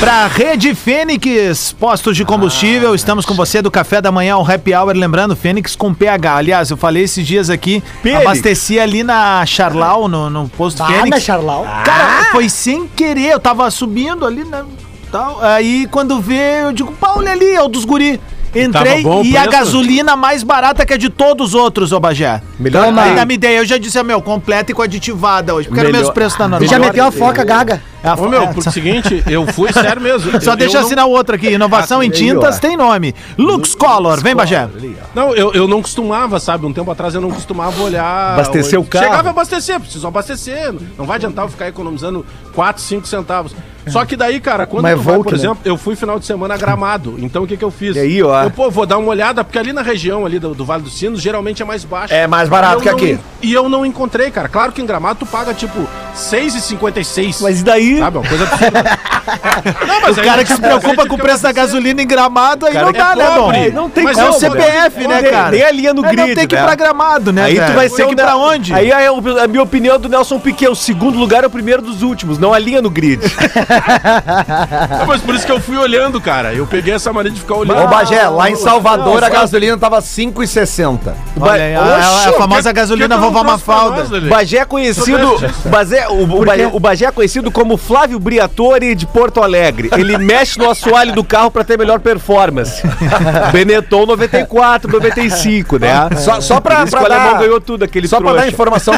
Pra Rede Fênix, postos de combustível, estamos com você do café da manhã, o happy hour, lembrando, Fênix com PH. Aliás, eu falei esses dias aqui, Fênix. abasteci ali na Charlau, no, no posto Ah, Fênix. na Charlau. Cara, foi sem querer, eu tava subindo ali, né? Tal. Aí quando vê, eu digo, pá, olha ali, é o dos guri. Entrei tava bom o e a preço? gasolina mais barata que a de todos os outros, ô Bagé. Melhor Então, que- ainda me dei, eu já disse, meu, completa e com aditivada hoje, porque era o Melhor- mesmo preço da normal. Já meteu a foca, gaga. É a Ô, fo- meu, é, porque só- o seguinte, eu fui sério mesmo. Só eu, deixa eu eu não- assinar o outro aqui. Inovação em tintas tem nome. Lux Color. Vem, Bagé. Não, eu, eu não costumava, sabe? Um tempo atrás eu não costumava olhar. Abastecer o carro. Chegava a abastecer, preciso abastecer. Não vai adiantar eu ficar economizando 4, 5 centavos. Só que daí, cara, quando Mas tu é vai, Volk, por né? exemplo, eu fui final de semana a gramado. Então o que, que eu fiz? E aí, ó. Eu, pô, vou dar uma olhada, porque ali na região ali do, do Vale dos Sinos, geralmente é mais baixo. É mais barato E eu que não aqui. en- E eu não encontrei, cara. Claro que em gramado tu paga tipo 6,56. Mas e daí? Sabe, uma coisa absurda. não, mas O aí- cara que se preocupa com o preço da abastecer. gasolina em gramado, aí Cara não que dá, é né, Dom? pobre. É, Não tem Mas como. o não, CPF, né, Nem- cara? é Nem É a linha no Aí grid, não tem que ir né? pra gramado, né? Aí tu cara? vai ser tem que ir pra onde? Aí é o- a minha opinião do Nelson Piquet, o segundo lugar é o primeiro dos últimos, não a linha no grid. Ah, mas por isso que eu fui olhando, cara. Eu peguei essa mania de ficar olhando. Ô, Bagé, lá em Salvador Não, a gasolina tava 5,60. Olha aí, a, a- a Oxi, famosa gasolina vovó Mafalda. Bagé é conhecido, Bagé, o, o Bagé, o Bagé é conhecido como Flávio Briatore de Porto Alegre. Ele mexe no assoalho do carro pra ter melhor performance. Benetton 94, 95, né? Só- só pra- Por isso que pra o alemão dar- ganhou tudo aquele Só pra dar a informação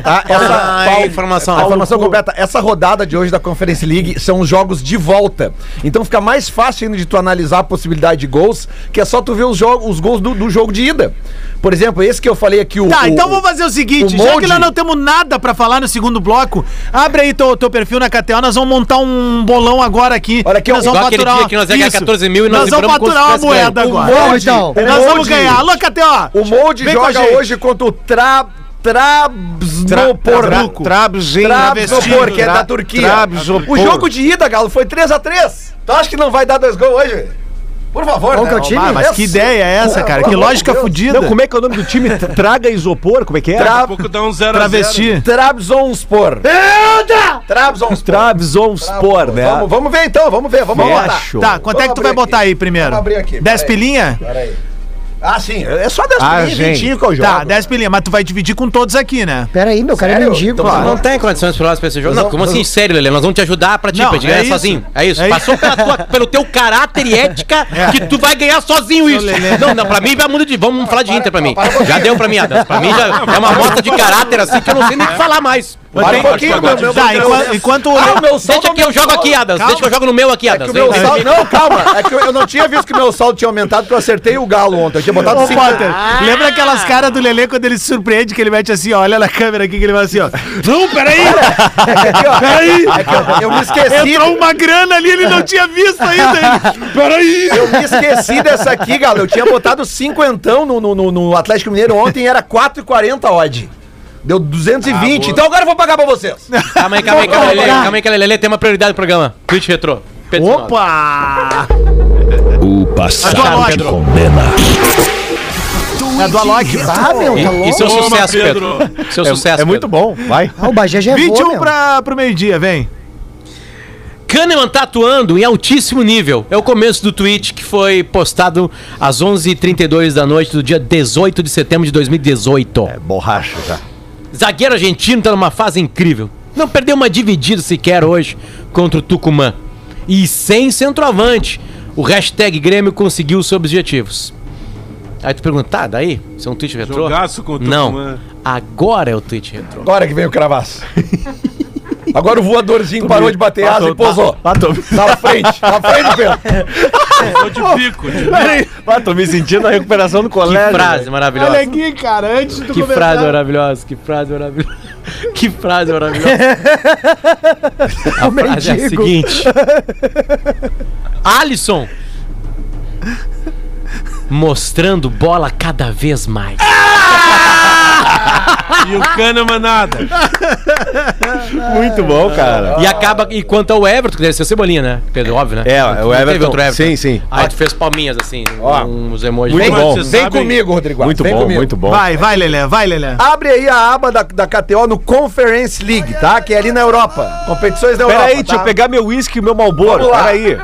tá? Essa, Ah, é informação. A informação Paulo, completa. Essa rodada de hoje da Conference League são os jogos de volta. Então fica mais fácil ainda de tu analisar a possibilidade de gols, que é só tu ver os, jogos, os gols do, do jogo de ida. Por exemplo, esse que eu falei aqui, o. Tá, o- então vamos fazer o seguinte, o já que molde- nós não temos nada pra falar no segundo bloco, abre aí teu, teu perfil na KTO, nós vamos montar um bolão agora aqui. Olha aqui, nós ó, vamos igual aquele faturar, dia ó, que nós ia ganhar isso. 14 mil e nós nós vamos lembramos como se faturar uma tivesse ganho. moeda O agora. molde- então. o Nós vamos molde- ganhar. Alô, KTO! O Molde Vem com a joga gente. hoje contra o Tra... Trabznoporco. Trabzinho. Trabzopor, que é da Turquia. O jogo de ida, Galo, foi 3x3. Tu acha que não vai dar dois gols hoje? Por favor, né? Qual que é o time? Ah, mas que ideia é essa, cara? Que lógica fudida. Não, como é que é o nome do time? Traga isopor, como é que é? Tra- Daqui a pouco dá um zero a zero. Travesti. Trabzonspor. Trabzonspor. Trabzonspor, né? Vamos, vamos ver então, vamos ver, vamos Eu botar. acho. Tá, quanto é que tu Vamos vai abrir botar aqui. aí primeiro? Vamos abrir aqui, Dez peraí. pilinha? Pera aí. Ah, sim, é só 10 Ah, pilinha e gente. 25 que eu jogo. Tá, dez pilinha, mas tu vai dividir com todos aqui, né? Pera aí, meu cara é Sério? mendigo. Então, Não tem condições pra nós pra esse jogo. Não, como assim? Sério, Lelê? Nós vamos te ajudar pra ti, Não, pra te é ganhar isso. sozinho. É isso. É Passou pela tua- pelo teu caráter e ética que tu vai ganhar sozinho isso. Não, não, pra mim vai mundo de. Vamos falar de Inter pra mim. Já deu pra mim, Adams. Pra mim já é uma mostra de caráter assim que eu não sei nem o que falar mais. Para um pouquinho, meu, meu, Tá, meu enquanto, Deus. enquanto o Ah, o Le- meu saldo Deixa que eu jogo aqui, Adams. Deixa que eu jogo no meu aqui, Adams. Que o meu Vem, saldo- vem. Não, calma. É que eu, eu não tinha visto que o meu saldo tinha aumentado, porque eu acertei o galo ontem. Eu tinha botado Ô, 5. Potter, Ah. lembra aquelas caras do Lelê quando ele se surpreende que ele mete assim, ó, olha na câmera aqui que ele vai assim, ó. Não, peraí! Peraí! É que eu, eu me esqueci. Entrou uma grana ali, ele não tinha visto ainda. Ele, Peraí! Eu me esqueci dessa aqui, galo. Eu tinha botado cinquentão no, no, no- no Atlético Mineiro ontem, era 4,40 odd. Deu 220. então agora eu vou pagar pra vocês. Calma aí, calma aí, calma aí, Lelê. Calma aí, que a Lelê tem uma prioridade no programa. Twitch Retro. Pedro Opa! O Mas do passado Alok. te condena. É do Alok. Ah, meu, tá E, e louco. seu Toma, sucesso, Pedro. Pedro. Seu sucesso. É muito Pedro. bom, vai. Ah, o Bagé já é 21 pra, pro meio-dia, vem. Kahneman tá atuando em altíssimo nível. É o começo do tweet que foi postado às 11h32 da noite do dia 18 de setembro de 2018. É. Borracha já. Zagueiro argentino tá numa fase incrível. Não perdeu uma dividida sequer hoje contra o Tucumã. E sem centroavante, o hashtag Grêmio conseguiu seus objetivos. Aí tu pergunta, tá, daí? Isso é um tweet retrô? Jogaço com o Não, Tucumã. agora é o tweet retrô. Agora que vem o cravaço. Agora o voadorzinho parou de bater asa e pousou. Na frente, na frente, Pedro. Tô de pico. de- Ah, tô me sentindo na recuperação do colégio. Que frase maravilhosa. aqui, cara, antes do Que frase maravilhosa, que frase maravilhosa. Que frase maravilhosa. A frase é a seguinte. Alisson Ah! mostrando bola cada vez mais. E o Kahneman nada. Muito bom, cara. E acaba. E quanto ao Everton, que deve ser o Cebolinha, né? Porque é óbvio, né? É, Não o teve Everton. outro Sim, sim. Aí tu fez palminhas assim, Ó. uns emojis. Muito Bem- bom. vocês Vem sabem- comigo, Rodrigo. Muito Vem bom, comigo. muito bom. Vai, vai, Lelé, vai, Lelé. Abre aí a aba da, da KTO no Conference League, tá? Que é ali na Europa. Competições da Europa. Peraí, tá? deixa eu pegar meu uísque e meu Malboro. Vamos lá. Peraí.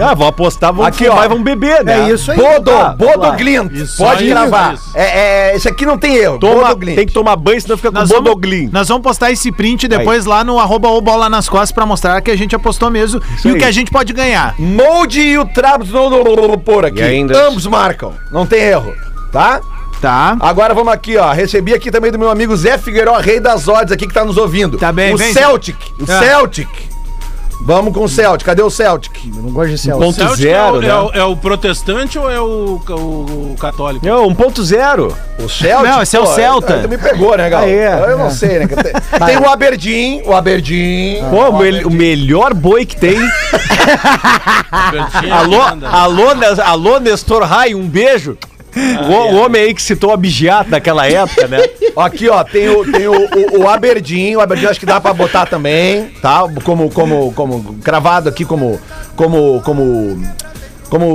Ah, vou apostar, vamos Aqui, fumar ó. e vamos beber, né? É isso aí. Bodo, Tá, Bodo vamos lá. Glint. Isso Pode aí, gravar. isso. É, é, esse aqui não tem erro. Toma, Bodo Glint. tem que tomar banho, senão fica com Nós vamos, Bodoglin. nós vamos postar esse print depois lá no arroba o bola nas costas pra mostrar que a gente apostou mesmo e o aí. que a gente pode ganhar. Molde e o Trabzon no- no- no- no- por aqui. E ainda- Ambos marcam. Não tem erro. Tá? Tá. Agora vamos aqui, ó. Recebi aqui também do meu amigo Zé Figueiró, rei das odds aqui que tá nos ouvindo. Tá bem, O vem, Celtic. O Ah. Celtic. Vamos com o Celtic. Cadê o Celtic? Eu não gosto de Celso. Ponto Celtic é, zero, o, né? é o- é o protestante ou é o, ca- o- o católico? Não, 1.0. O Celtic? Não, esse é o pô, Celta. aí Tu me pegou, né, Gal? Ah, é. Eu não sei, né? Tem, tem o Aberdeen, o Aberdeen. Pô, o, mel- o melhor boi que tem. Cantinho, alô, Irlanda. alô, Nes- alô, Nestor Rai, um beijo. Ah, o, o homem aí que citou a Bigiata naquela época, né? é. Aqui, ó, tem o, tem o, o, o Aberdeen. O Aberdeen acho que dá pra botar também, tá? Como, como, como, cravado aqui como, como, como, como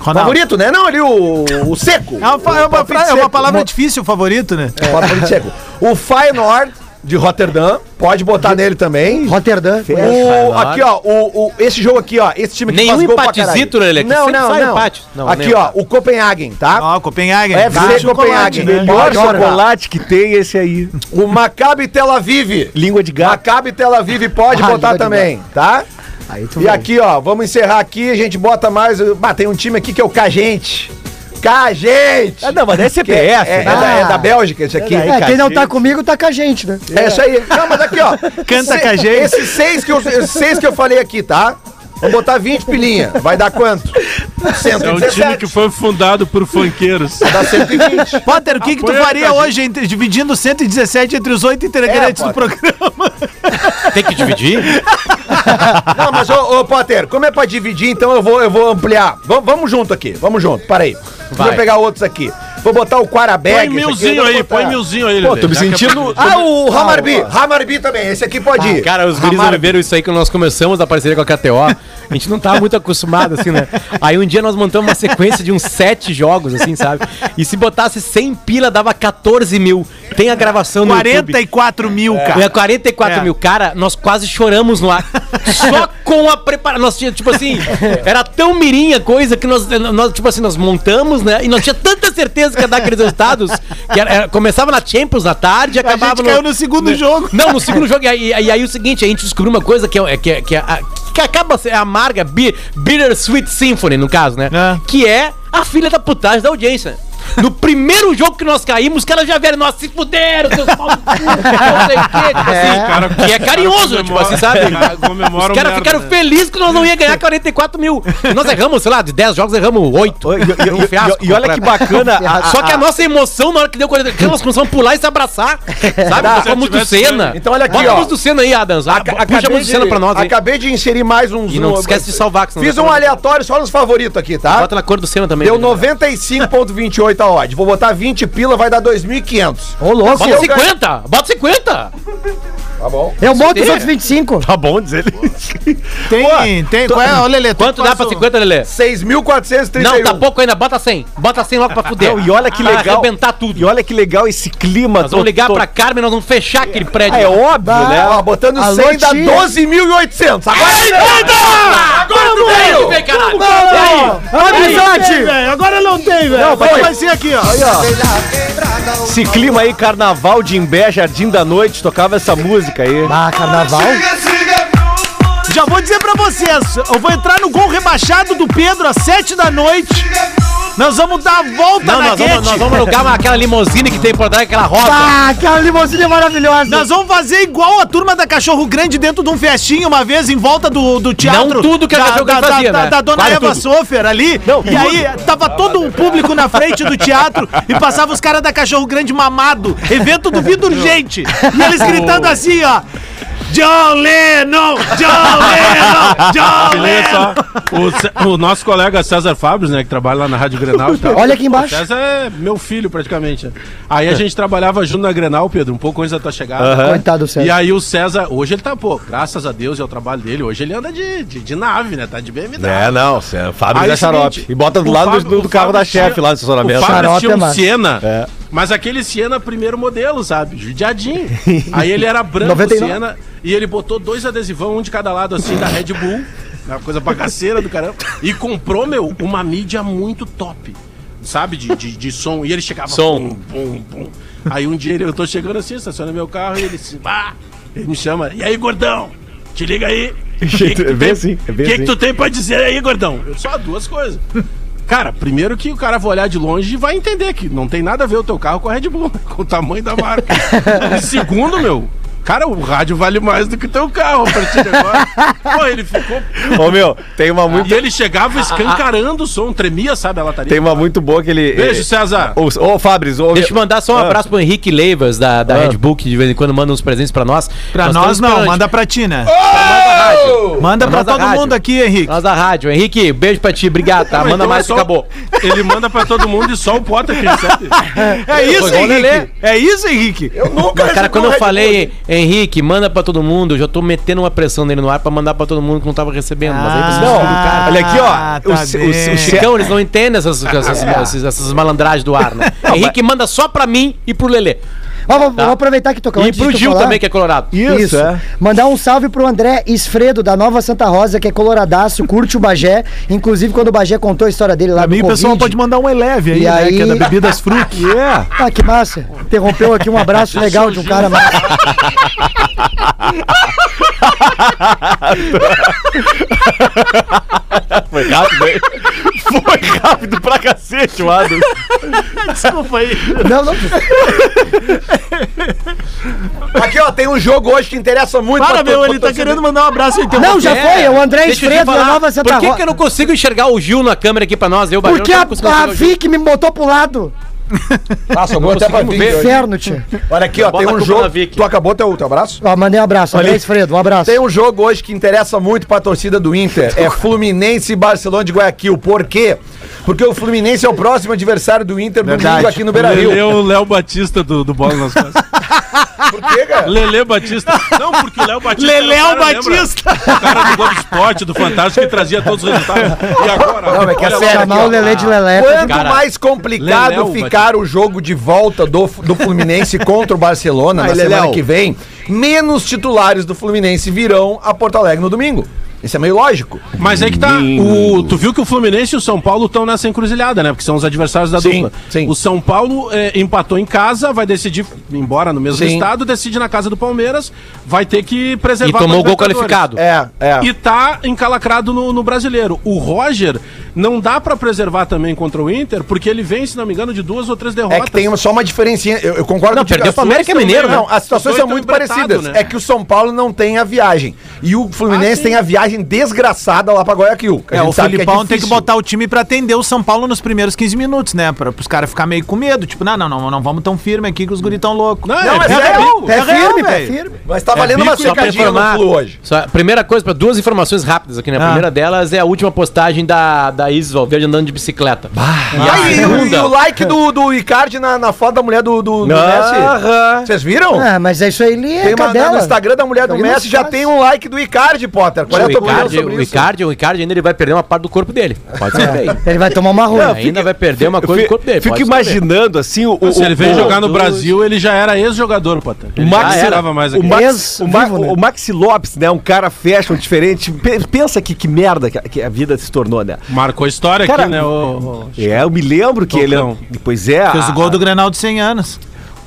Ronaldo. favorito, né? Não, ali o, o seco. É uma, fa- é O uma, palpite fra- é uma seco. palavra Mo- difícil, favorito, né? é, palpite seco. O Feyenoord de Rotterdam, pode botar nele também. Rotterdam. O, aqui, ó, o, o- esse jogo aqui, ó, esse time que Nenhum faz gol pra empatezito, caralho. Lelê, que Não, sempre não, sai não. empate. Não, aqui, nenhum. ó, o Copenhagen, tá? Ó, Copenhagen. FC chocolate, Copenhagen. né? Melhor Melhor jogar. chocolate que tem é esse aí. O Maccabi Tel Aviv. Língua de gato. Maccabi Tel Aviv pode Ah, língua botar de também, tá? Ah, Aí tu E vai. aqui, ó, vamos encerrar aqui, a gente bota mais. Ah, tem um time aqui que é o Cagente. Cagente! Ah, não, mas é Que é, CPF. é, é né? da, é da Bélgica esse aqui. É, quem não tá comigo tá com a gente, né? É isso aí. Não, mas aqui, ó. Canta Se- com a gente. Esses seis que, eu, esses seis que eu falei aqui, tá? Vamos botar 20 pilinha. Vai dar quanto? É um 117. time que foi fundado por funkeiros. Dá 120. Potter, o que, que tu Apoia faria a gente. hoje entre- dividindo 117 entre os oito integrantes É, do programa? Tem que dividir? Não, mas, ô, ô, Potter, como é pra dividir, então eu vou, eu vou ampliar. Vam- vamos junto aqui, vamos junto. Para aí. Vou Vai. pegar outros aqui. Vou botar o Quarabeg. Põe esse aqui, milzinho eu vou aí, botar- põe milzinho aí. Pô, Lelê, tô me já que é sentindo- pra- Ah, o Hamarbi. Hamarbi também. Esse aqui Ah, pode ir. Ah, Cara, os guris Hamarbi. viveram isso aí quando nós começamos a parceria com a KTO. A gente não tava muito acostumado, assim, né? Aí um dia nós montamos uma sequência de uns sete jogos, assim, sabe? E se botasse 100 pila, dava 14 mil. Tem a gravação no YouTube. 44 mil, É, cara. 44 É. mil, cara, nós quase choramos no ar. Só com a preparação. Nós tinha, tipo assim, era tão mirinha a coisa que nós, nós, tipo assim, nós montamos, né? E nós tinha tanta certeza que ia dar aqueles resultados. Que era- era- começava na Champions na tarde e A acabava gente caiu no segundo jogo. não, no segundo jogo. E aí, e aí o seguinte, a gente descobriu uma coisa que, é, que, é- que, é a- que acaba sendo amarga, bi- Bittersweet Symphony, no caso, né? É. Que é a filha da putagem da audiência. No primeiro jogo que nós caímos, os caras já vieram, nossa, se fuderam, seus pau no cu, não sei o quê, tipo assim. cara- que é carinhoso, cara tipo comemora- assim, sabe? cara comemora Os caras merda, ficaram né? felizes que nós não ia ganhar 44 mil. Nós erramos, sei lá, de 10 jogos erramos 8. E, e- Um e- e- e olha que bacana. a- Só que a nossa emoção na hora que deu 40 nós começamos a pular e se abraçar. Sabe? Ficou muito tivesse- cena. Então olha aqui, Bota a ó. música do Senna aí, Adams. A, Aca- puxa a música do Senna pra nós aí. acabei de inserir mais uns. E não no- esquece de salvar, que senão Fiz vai um tomar- aleatório só nos favoritos aqui, tá? Bota na cor do Senna também. Deu né? 95,28 a odd. Vou botar 20 pila, vai dar 2.500. Ô, louco. Bota 50! Bota 50! Tá bom. Eu boto os outros 25. Tá bom dizer ele. Tem, tem. Qual é? Olha, Lelê, tu que Quanto dá faz pra o- 50, Lelê? 6.431. Não, tá pouco ainda. Bota 100. Bota 100 logo pra fuder. Não, e olha que Pra legal. arrebentar tudo. E olha que legal esse clima. Nós vamos to- ligar to- pra Carmen, nós vamos fechar aquele prédio. Ah, é óbvio, né? Tá, Ó, botando Alô, 100 dá tia. 12.800. Agora Agora tu vem, tu vem, caralho! tá Amizade! Agora não tem, velho. Não, vai ser aqui, ó. Esse clima aí, carnaval de Imbé, Jardim da Noite, tocava essa música aí. Ah, carnaval. Já vou dizer pra vocês, eu vou entrar no gol rebaixado do Pedro às 7 da noite. Nós vamos dar a volta Não, na nós vamos, Guete. nós vamos alugar uma- aquela limusine que tem por trás, aquela roda. Ah, aquela limusine é maravilhosa. Nós vamos fazer igual a turma da Cachorro Grande dentro de um festinho uma vez em volta do, do teatro. Não tudo que a da, Cachorro Grande da- fazia, da, né? da dona Quase Eva tudo. Sofer ali. Não, e aí tava todo o público na frente do teatro e passava os caras da Cachorro Grande mamado. Evento do Vida Urgente. E eles gritando assim, ó. John Lennon! John Lennon! John Olha só, o Cé- o, nosso colega César Fabres, né, que trabalha lá na Rádio Grenal e tal. Olha aqui embaixo. César é meu filho, praticamente. Aí a gente trabalhava junto na Grenal, Pedro, um pouco antes da tua chegada. Coitado do César. E aí o César, hoje ele tá, pô, graças a Deus e ao trabalho dele, hoje ele anda de, de, de nave, né? Tá de BMW. É, não, cê- Fábio Aí é da o seguinte, Xarope. E bota do o lado Fábio- do, do o carro Fábio da chefe tinha- lá no estacionamento. O Fábio Xarope tinha é um massa. Siena, É. mas aquele Siena primeiro modelo, sabe? Judiadinho. Aí ele era branco 99. Siena e ele botou dois adesivão, um de cada lado, assim, da Red Bull. Uma coisa bagaceira do caramba. E comprou, meu, uma mídia muito top. Sabe? De, de, de som. E ele chegava... Pum, Som. pum, pum. Aí um dia ele- eu tô chegando assim, estaciona meu carro e ele assim... Ah! Ele me chama. E aí, gordão? Te liga aí. O que, que, É tu bem tem- assim, é bem que assim. que tu tem pra dizer aí, gordão? Eu só duas coisas. Cara, primeiro que o cara vai olhar de longe e vai entender que não tem nada a ver o teu carro com a Red Bull, né? com o tamanho da marca. E segundo, meu, cara, o rádio vale mais do que o teu carro a partir de agora. Pô, ele ficou. Ô meu, tem uma muito, E ele chegava escancarando o som, tremia, sabe, a lataria. tem uma muito boa que ele. Beijo, César. Ô, ô Fabris, ô, Deixa eu mandar só um Ah. abraço pro Henrique Leivas, da, da Red Bull, que de vez em quando manda uns presentes Ah. pra nós. Pra nós estamos não, esperando- manda pra ti, né? Manda pra Pra nós da todo rádio. mundo aqui, Henrique. Nós da rádio. Henrique, beijo pra ti, obrigado, tá? Não, Manda então mais é que só- acabou. Ele manda pra todo mundo e só o Potter que recebe. É isso, Foi igual o Lelê. Henrique. É isso, Henrique. Eu nunca Cara, recebi quando um eu Red falei, Henrique, manda pra todo mundo, eu já tô metendo uma pressão nele no ar pra mandar pra todo mundo que não tava recebendo. mas aí Ah, vocês Não, ficam do cara. olha aqui, ó. Ah, o, tá Ce- o, bem. Ce- o Ce- Chicão, eles não entendem essas, essas, essas- essas malandragens do ar, né? Henrique manda só pra mim e pro Lelê. Ó, vou, Tá. vou aproveitar que tocou E tá pro Gil também, que é colorado. Isso, Isso. é. Mandar um salve pro André Esfredo, da Nova Santa Rosa, que é coloradaço, curte o Bagé. Inclusive, quando o Bagé contou a história dele lá Pra do mim, o pessoal Covid. pode mandar um eleve aí, E né? Que é aí- da Bebidas Fruc. Yeah. Ah, que massa. Interrompeu aqui um abraço legal de um cara. massa. Foi rápido, hein? Foi rápido pra cacete, o Adam. Não, não. Bull. Aqui, ó, tem um jogo hoje que interessa muito. Para, pra- meu, pra- ele pra- tá querendo mandar um abraço e Não, já foi. É o André Deixa eu te Esfredo, da falar, Nova Santa tá Por que, que Rosa. eu não consigo enxergar o Gil na câmera aqui pra nós? Eu, Barão, Porque eu a, não consigo a enxergar o Gil. Vic me botou pro lado. Ah, sobrou até pra mim. Inferno, tia. Olha aqui, ó, Bota tem um a culpa na jogo. Vic. Tu acabou teu, teu abraço? Ó, mandei um abraço. André Esfredo, um abraço. Tem um jogo hoje que interessa muito pra torcida do Inter. É Fluminense e Barcelona de Guayaquil. Por quê? Porque o Fluminense é o próximo adversário do Inter domingo aqui no Lelê é Beira-Rio. o Léo Batista do, do Bola nas Costas. Por quê, cara? Lelê Batista. Não, porque o Léo Batista. Lelé era o cara, Batista. lembra? O cara do Globo Esporte, do Fantástico, que trazia todos os resultados. E agora? Não, é que é Olha lá. sério. Chamar o Lelê de Lelé. Quanto Cara, mais complicado Leléu, ficar o jogo de volta do, do Fluminense contra o Barcelona na semana que vem, menos titulares do Fluminense virão a Porto Alegre no domingo. Isso é meio lógico. Mas é que tá. O, tu viu que o Fluminense e o São Paulo estão nessa encruzilhada, né? Porque são os adversários da Sim, dupla. sim. O São Paulo eh, empatou em casa, vai decidir, embora no mesmo Sim. estado, decide na casa do Palmeiras, vai ter que E preservar tomou o pra gol Libertadores. qualificado. É, é. E tá encalacrado no, no brasileiro. O Roger não dá pra preservar também contra o Inter, porque ele vem, se não me engano, de duas ou três derrotas. É que tem uma- só uma diferencinha. Eu, eu concordo Não, contigo, perdeu as pra duas América são- Mineiro, Não, né? as Os situações dois são tão muito parecidas. embretados, né? É que o São Paulo não tem a viagem. E o Ah, Fluminense sim. tem a viagem desgraçada lá pra Guayaquil. que a É, gente o sabe que é Filipão tem que difícil. botar o time pra atender o São Paulo nos primeiros 15 minutos, né? Pra, pros caras ficarem meio com medo. Tipo, não, não, não, não vamos tão firme aqui que os guris tão loucos. Não, Não, é, mas é, é, real, É firme, real, pô, é velho. firme. Mas tá valendo bico, uma só pra secadinha no informar- Flu hoje. Só- primeira coisa, para duas informações rápidas aqui, né? A Ah. primeira delas é a última postagem da, da Isis Valverde andando de bicicleta. E a Ah, e, o- e segunda... o like do, do Icardi na, na foto da mulher do, do, do Messi? Vocês viram? Ah, mas é isso aí, ele Tem é uma, na- no cadela. Instagram da mulher do Eu vi no Messi já Instagram. tem um like do Icardi, Potter. Qual é a O tua opinião Icardi, sobre o isso? É. Icardi, o Icardi ainda ele vai perder uma parte do corpo dele. Pode ser bem. Ele vai tomar uma ruim. Ainda vai perder é uma coisa do Fico, corpo dele. fico pode imaginando assim o. o Se ele veio o- jogar no Brasil, ele já era ex-jogador, Potter. Ele O Max, já era, jogava mais o, aqui. Max, o, Ma- Ex-vivo, né? o Maxi Lopes, né? Um cara fashion diferente. Pe- Pensa que, que merda que a, que a vida se tornou, né? Marcou história Cara, aqui, né? o- o- É, eu me lembro que ele. Tocão. Pois é. Fez a- o gol do Grenal de 100 anos.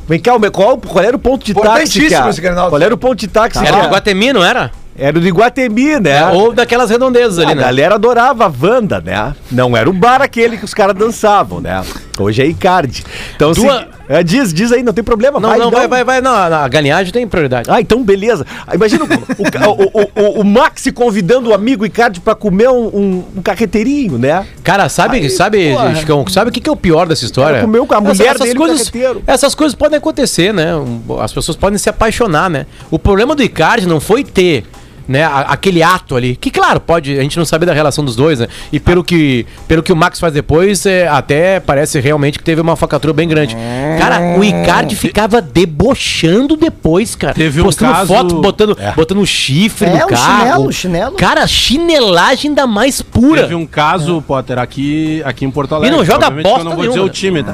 Vem cá, o meu- qual, qual era o ponto de táxi? Importantíssimo Cara? esse Grenal. Qual era o ponto de táxi? Tá. ser. Era do cara? Guatemi, não era? Era o do Iguatemi, né? Ou daquelas Ah, redondezas ali, A né? galera adorava a Wanda, né? Não era o bar aquele que os caras dançavam, né? Hoje é Icardi. Então, se- Duas- É, diz, diz aí, não tem problema. um- Não, não, vai, vai, vai. Não, a galinhagem tem prioridade. Ah, então beleza. Ah, Imagina o, o, ca- o- o- o- o Maxi convidando o amigo Icardi pra comer um, um, um carreteirinho, né? Cara, sabe, sabe, Chicão, sabe o que que é o pior dessa história? comeu com a mulher Essa- essas, dele, coisas, carreteiro. essas coisas podem acontecer, né? Um, As pessoas podem se apaixonar, né? O problema do Icardi não foi ter né, a- aquele ato ali, que claro, pode, a gente não sabe da relação dos dois, né? E pelo que, pelo que o Max faz depois, é, até parece realmente que teve uma facatura bem grande. É. Cara, o Icardi ficava debochando depois, cara. Teve um postando caso- É. foto, botando, botando um chifre É, no o carro. chinelo, o chinelo. Cara, chinelagem da mais pura. Teve um caso, Potter, aqui, aqui em Porto Alegre. E não joga Obviamente que bosta Eu não vou dizer nenhuma. o time, tá?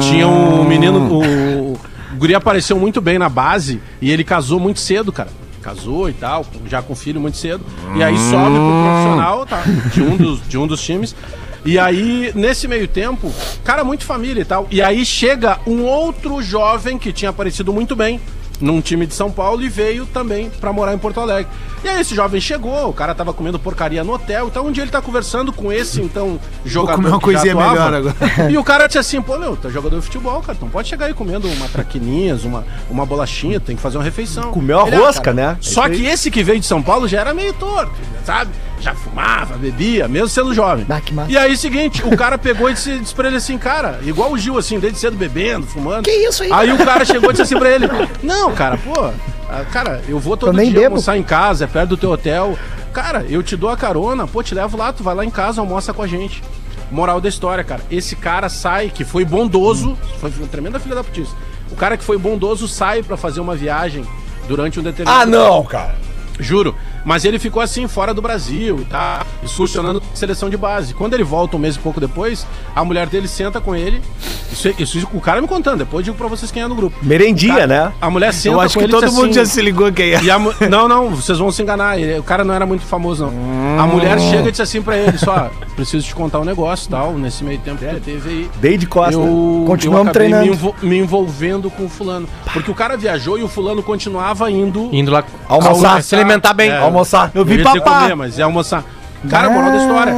Tinha Ah. um menino. O, o Guri apareceu muito bem na base e ele casou muito cedo, cara. Casou e tal, com- já com filho muito cedo. E aí sobe Ah. pro profissional, tá? De um dos, de um dos times. E aí, nesse meio tempo, cara, muito família e tal. E aí chega um outro jovem que tinha aparecido muito bem num time de São Paulo e veio também pra morar em Porto Alegre. E aí esse jovem chegou, o cara tava comendo porcaria no hotel, então um dia ele tá conversando com esse então jogador comer uma que já coisinha atuava. melhor agora. E o cara disse assim, pô meu, tá jogador de futebol, cara, então pode chegar aí comendo uma traquininhas, uma, uma bolachinha, tem que fazer uma refeição. Comeu a Ele, "Ah, rosca, cara, É né? Só que esse que veio de São Paulo já era meio torto, sabe? Já fumava, bebia, mesmo sendo jovem. Ah, que massa. E aí, seguinte, o cara pegou e disse, disse pra ele assim, cara, igual o Gil, assim, desde cedo bebendo, fumando. Que isso aí, Aí o cara chegou e disse assim pra ele, não, cara, pô, ah, cara, eu vou todo Eu nem dia bebo. almoçar em casa, é perto do teu hotel. Cara, eu te dou a carona, pô, te levo lá, tu vai lá em casa, almoça com a gente. Moral da história, cara, esse cara sai, que foi bondoso, foi uma tremenda filha da putice. O cara que foi bondoso sai pra fazer uma viagem durante um determinado... Ah, não, cara. Juro. Mas ele ficou assim, fora do Brasil, tá? Excursionando com a seleção de base. Quando ele volta um mês e pouco depois, a mulher dele senta com ele. Isso, é, isso o cara me contando, depois eu digo pra vocês quem é no grupo. Merendinha, né? A mulher senta Eu acho com que ele e todo diz mundo assim, já se ligou quem é. e a mu- não, não, vocês vão se enganar. ele- O cara não era muito famoso, não. Hum. A mulher chega e diz assim pra ele: só, preciso te contar um negócio tal. Nesse meio tempo que tu teve aí. Dei de costa. Eu, É, Continuamos eu acabei treinando. Me, envol- me envolvendo com o fulano. Porque o cara viajou e o fulano continuava indo. Indo lá Almoçar. se Tá alimentar bem. É. Almoçar. Eu vi papá. comer, mas é almoçar. Cara, moral da história.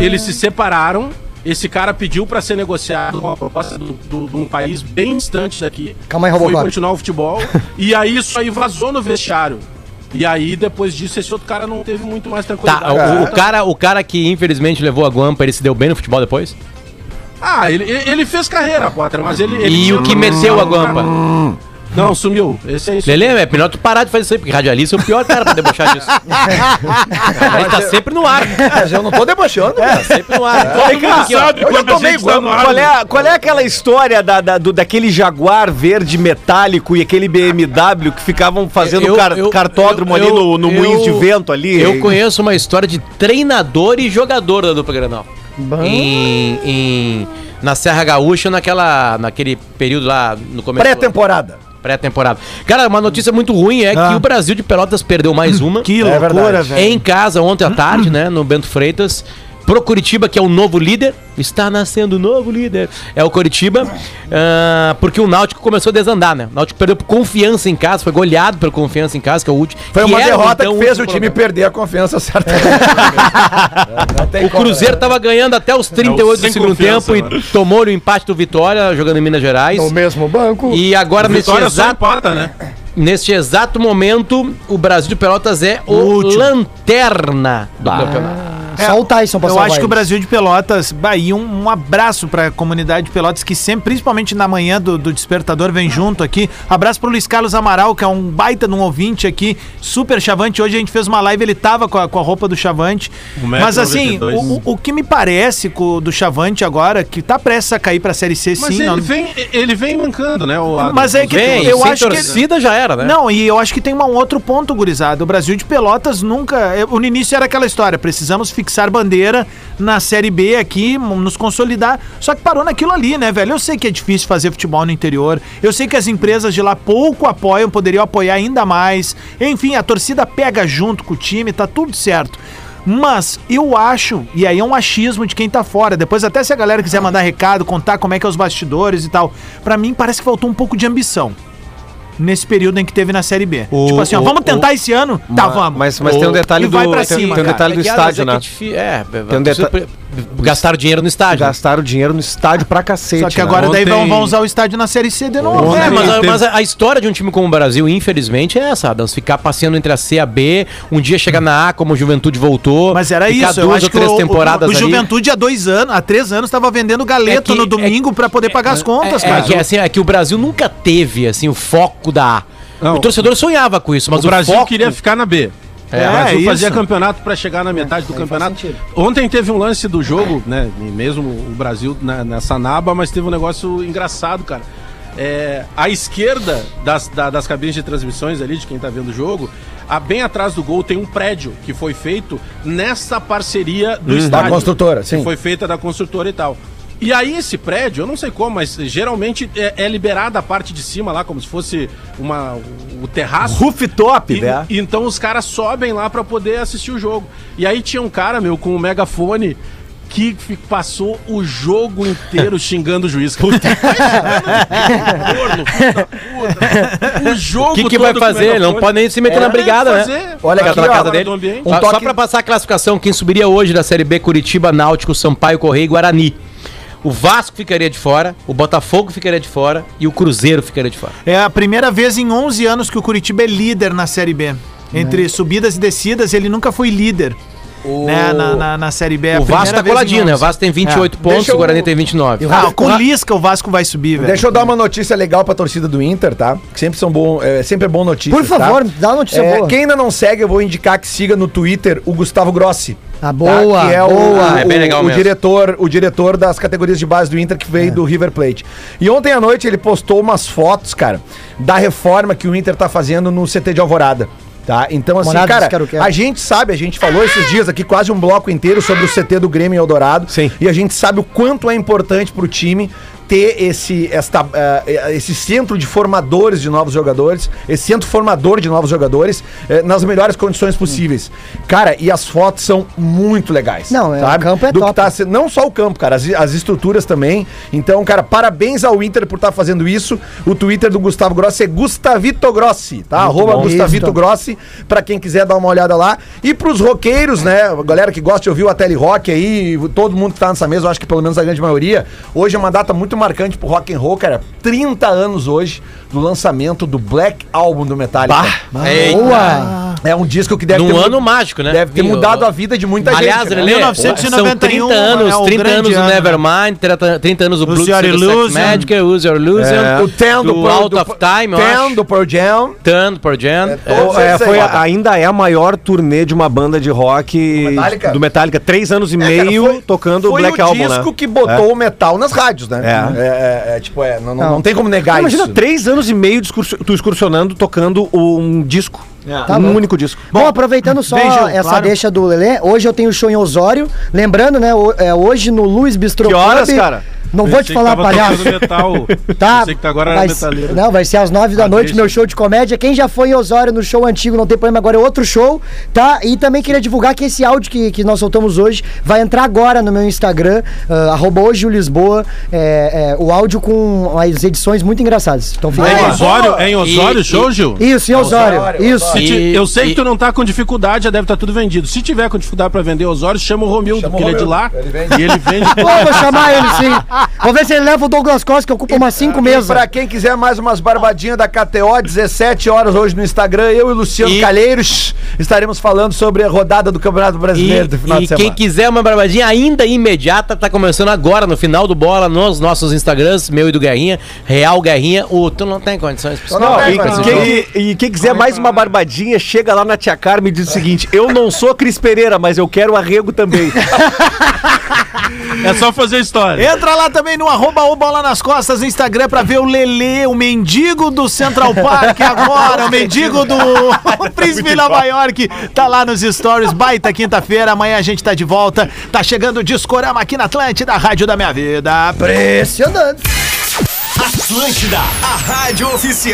Eles se separaram. Esse cara pediu pra ser negociado uma proposta do- do- de um país bem distante daqui. Calma aí, Foi Robocop. continuar o futebol. e aí isso aí vazou no vestiário. E aí, depois disso, esse outro cara não teve muito mais Tá, tranquilidade. o, o cara, o cara que infelizmente levou a guampa, ele se deu bem no futebol depois? Ah, ele, ele ele fez carreira, Potter, mas ele... ele um E o que meteu a guampa? Não, sumiu. Esse é isso. Lele, é melhor tu parar de fazer isso aí, porque radialista é o pior cara pra debochar disso. A gente tá sempre no ar, Mas eu não tô debochando, É, cara. sempre no Tá ar. Todo mundo aqui, ó. Eu já tomei gente tá guampa. no ar, Qual é, a- qual é aquela história da, da- do, daquele Jaguar verde metálico e aquele BMW que ficavam fazendo Eu- car- eu- cartódromo eu- ali no, no eu- moinho de vento ali? Eu conheço uma história de treinador e jogador da dupla Granal. Em, em- na Serra Gaúcha, naquela, naquele período lá no começo. do ano. Pré-temporada. Pré-temporada. Cara, uma notícia muito ruim é Ah. que o Brasil de Pelotas perdeu mais uma. Que É loucura, verdade. velho. Em casa, ontem à tarde, né, no Bento Freitas. Pro Curitiba, que é o novo líder, está nascendo o novo líder. É o Curitiba, ah, porque o Náutico começou a desandar, né? O Náutico perdeu por confiança em casa, foi goleado pelo confiança em casa, que é o último. Foi que uma era, derrota então, que fez o último time colocado. perder a confiança certa. Não tem O como, Cruzeiro né? tava ganhando até os 38 do sem segundo confiança, tempo né? e tomou o empate do Vitória, jogando em Minas Gerais. No mesmo banco. E agora, nesse Vitória só exato, empata, né? neste exato momento, o Brasil de Pelotas é o lanterna do campeonato. Só o Tyson pra Eu salvar acho que o eles. Brasil de Pelotas, Bahia, um, um abraço pra comunidade de Pelotas que sempre, principalmente na manhã do, do Despertador, vem junto aqui. Abraço pro Luiz Carlos Amaral, que é um baita de um ouvinte aqui, super chavante. Hoje a gente fez uma live, ele tava com a, com a roupa do chavante. Um metro e Mas assim, o, 92. o- o que me parece com o do chavante agora, que tá prestes a cair pra Série C, Mas sim. ele, não- vem, ele vem mancando, né? o Adam? Mas é que Vem, eu sem acho que... torcida já era, né? Não, e eu acho que tem uma- um outro ponto, gurizada. O Brasil de Pelotas nunca. eu- No início era aquela história: precisamos fixar bandeira na Série B aqui, m- nos consolidar. Só que parou naquilo ali, né, velho? Eu sei que é difícil fazer futebol no interior. Eu sei que as empresas de lá pouco apoiam, poderiam apoiar ainda mais. Enfim, a torcida pega junto com o time, tá tudo certo. Mas eu acho, e aí é um achismo de quem tá fora. Depois, até se a galera quiser mandar recado, contar como é que é os bastidores e tal. Pra mim, parece que faltou um pouco de ambição nesse período em que teve na Série B. O- tipo assim, ó, o- vamos tentar esse ano? tá, vamos. Mas, mas tem um detalhe E do, vai pra tem, cima, tem um cara. detalhe do É que, às estádio, né? vezes, É, que é, difí- é, um a torcida deta- pre- gastaram dinheiro no estádio. Gastaram dinheiro no estádio pra cacete. né? Só que agora daí vão, Ontem- vão usar o estádio na Série C de novo. né? É, mas, a, mas a- a história de um time como o Brasil, infelizmente, é essa, Adams. Ficar passeando entre a C e a B, um dia chegar na A, como o Juventude voltou. Mas era ficar isso, eu duas acho ou que três o, temporadas o, o ali. Juventude há dois anos, há três anos, estava vendendo galeto É que- no domingo pra poder pagar as contas, é, é, cara. que, assim, é que o Brasil nunca teve assim o foco da A. Não. o torcedor sonhava com isso, mas o, o Brasil foco... queria ficar na B. É, o Brasil isso. fazia campeonato pra chegar na metade do campeonato. Ontem teve um lance do jogo, né? e Mesmo o Brasil na- nessa naba, mas teve um negócio engraçado, cara. É, à esquerda das, da- das cabines de transmissões ali, de quem tá vendo o jogo, a, bem atrás do gol tem um prédio que foi feito nessa parceria do estádio. construtora, que sim. Foi feita da construtora e tal. E aí esse prédio, eu não sei como, mas geralmente é, é liberada a parte de cima lá, como se fosse uma, o terraço. Rooftop, E- né? e então os caras sobem lá pra poder assistir o jogo. E aí tinha um cara, meu, com um megafone que fi- passou o jogo inteiro xingando o juiz. Puta, um corno, puta, puta. O jogo O que, que vai todo com fazer? Ele não megafone. pode nem se meter É, na brigada, fazer. né? Olha Vai aqui, pra ó, tá casa fora dele. do ambiente. Um Só, só pra passar a classificação, quem subiria hoje da Série B, Curitiba, Náutico, Sampaio, Correia e Guarani. O Vasco ficaria de fora, o Botafogo ficaria de fora e o Cruzeiro ficaria de fora. É a primeira vez em 11 anos que o Curitiba é líder na Série B. Né? Entre subidas e descidas, ele nunca foi líder né, na, na- na Série B. É a o primeira Vasco tá vez em coladinho, né? O 11. Vasco tem 28 pontos, É. Deixa eu- o Guarani tem 29. Ah, com tá- Lisca o Vasco vai subir, velho. Deixa eu dar uma notícia legal pra torcida do Inter, tá? Que sempre são bom, é, sempre é bom notícia. Por favor, tá? dá uma notícia É, boa. Quem ainda não segue, eu vou indicar que siga no Twitter o Gustavo Grossi. Ah, boa, que é boa. O, Tá, É bem legal o mesmo. É. diretor, o diretor das categorias de base do Inter que veio do River Plate. E ontem à noite ele postou umas fotos, cara, da reforma que o Inter tá fazendo no CT de Alvorada. Tá? Então, assim, Morada dos cara, Caruquelas. a gente sabe, a gente falou esses dias aqui quase um bloco inteiro sobre o CT do Grêmio em Eldorado. Sim. E a gente sabe o quanto é importante pro time ter esse, esta, eh, esse centro de formadores de novos jogadores, esse centro formador de novos jogadores, eh, nas melhores condições possíveis. Cara, e as fotos são muito legais. Não, é, o campo é do que top. tá se- não só o campo, cara, as, as estruturas também. Então, cara, parabéns ao Inter por estar fazendo isso. O Twitter do Gustavo Grossi é Gustavito Grossi, tá? Arroba bom. Gustavito Isso. Grossi, pra quem quiser dar uma olhada lá. E pros roqueiros, né? Galera que gosta de ouvir o Ateli Rock aí, todo mundo que tá nessa mesa, eu acho que pelo menos a grande maioria. Hoje é uma data muito marcante pro rock and roll, cara. 30 anos hoje do lançamento do Black Album do Metallica. Eita. Boa! É um disco que deve Num ter ano mu- mágico, né? Deve ter Vinho, mudado ó. a vida de muita Aliás, é um gente. né? Lelê, 1991, são 30 anos, é um 30 grande anos do ano, né? Nevermind, 30, 30 anos do Use Blue Your Illusion. Magic, Use Your Illusion, É. O Ten do, do Pearl- Out do- of Time, eu Ten acho. do Pearl Jam. Tan, Pearl Jam. É, todo- Ou, é, Sei foi lá. a- ainda é a maior turnê de uma banda de rock Do Metallica? do Metallica, três anos e É, cara, meio foi- tocando foi Black Album, o disco né? que botou o metal nas rádios, né? É. É, é, é, tipo, é, não, não- não tem como negar Imagina isso. três anos e meio discurso- tu excursionando tocando um disco, Tá É. um louco. único disco. Bom, aproveitando só beijo, essa claro. deixa do Lelê, hoje eu tenho show em Osório. Lembrando, né? o- é, hoje no Luiz Bistrô. Que horas, Club. cara? Não vou te falar, palhaço. Metal. Tá, Pensei que tá agora vai era ser- metaleiro. Não, vai ser às nove da Ah, noite, deixa. meu show de comédia. Quem já foi em Osório no show antigo, não tem problema, agora é outro show, tá? E também queria divulgar que esse áudio que, que nós soltamos hoje vai entrar agora no meu Instagram, ah, arroba hoje o Lisboa, é, é, o áudio com as edições muito engraçadas. Então fica É em lá. Osório, é em Osório, E- show, Gil? Isso, em Osório. É Osório, isso. Se ti- E- eu sei e- que tu não tá com dificuldade, já deve estar tudo vendido. Se tiver com dificuldade pra vender Osório, chama o Romildo, Chama o porque ele é de Romildo, lá. ele vende. E ele vende. Pô, vou chamar ele sim. Vou ver se ele leva o Douglas Costa, que ocupa umas cinco mesas. Pra quem quiser mais umas barbadinhas da KTO, 17 horas hoje no Instagram, eu e Luciano E- Calheiros estaremos falando sobre a rodada do Campeonato Brasileiro do final E, e de semana. quem quiser uma barbadinha ainda imediata, tá começando agora, no final do bola, nos nossos Instagrams, meu e do Guerrinha, Real Guerrinha, o Tu não tem condições pra Não, isso. e- Pra e esse quem- jogo. E, e quem quiser mais uma barbadinha, chega lá na Tia Carmen e diz o seguinte: Eu não sou Cris Pereira, mas eu quero arrego também. É só fazer história. Entra lá também no arroba o Bola nas Costas no Instagram pra ver o Lelê, o mendigo do Central Park agora, o mendigo do o Príncipe de Nova York. Tá lá nos stories, baita quinta-feira, amanhã a gente tá de volta. Tá chegando o Discorama aqui na Atlântida, a Rádio da Minha Vida. Impressionante. Atlântida, a rádio oficial.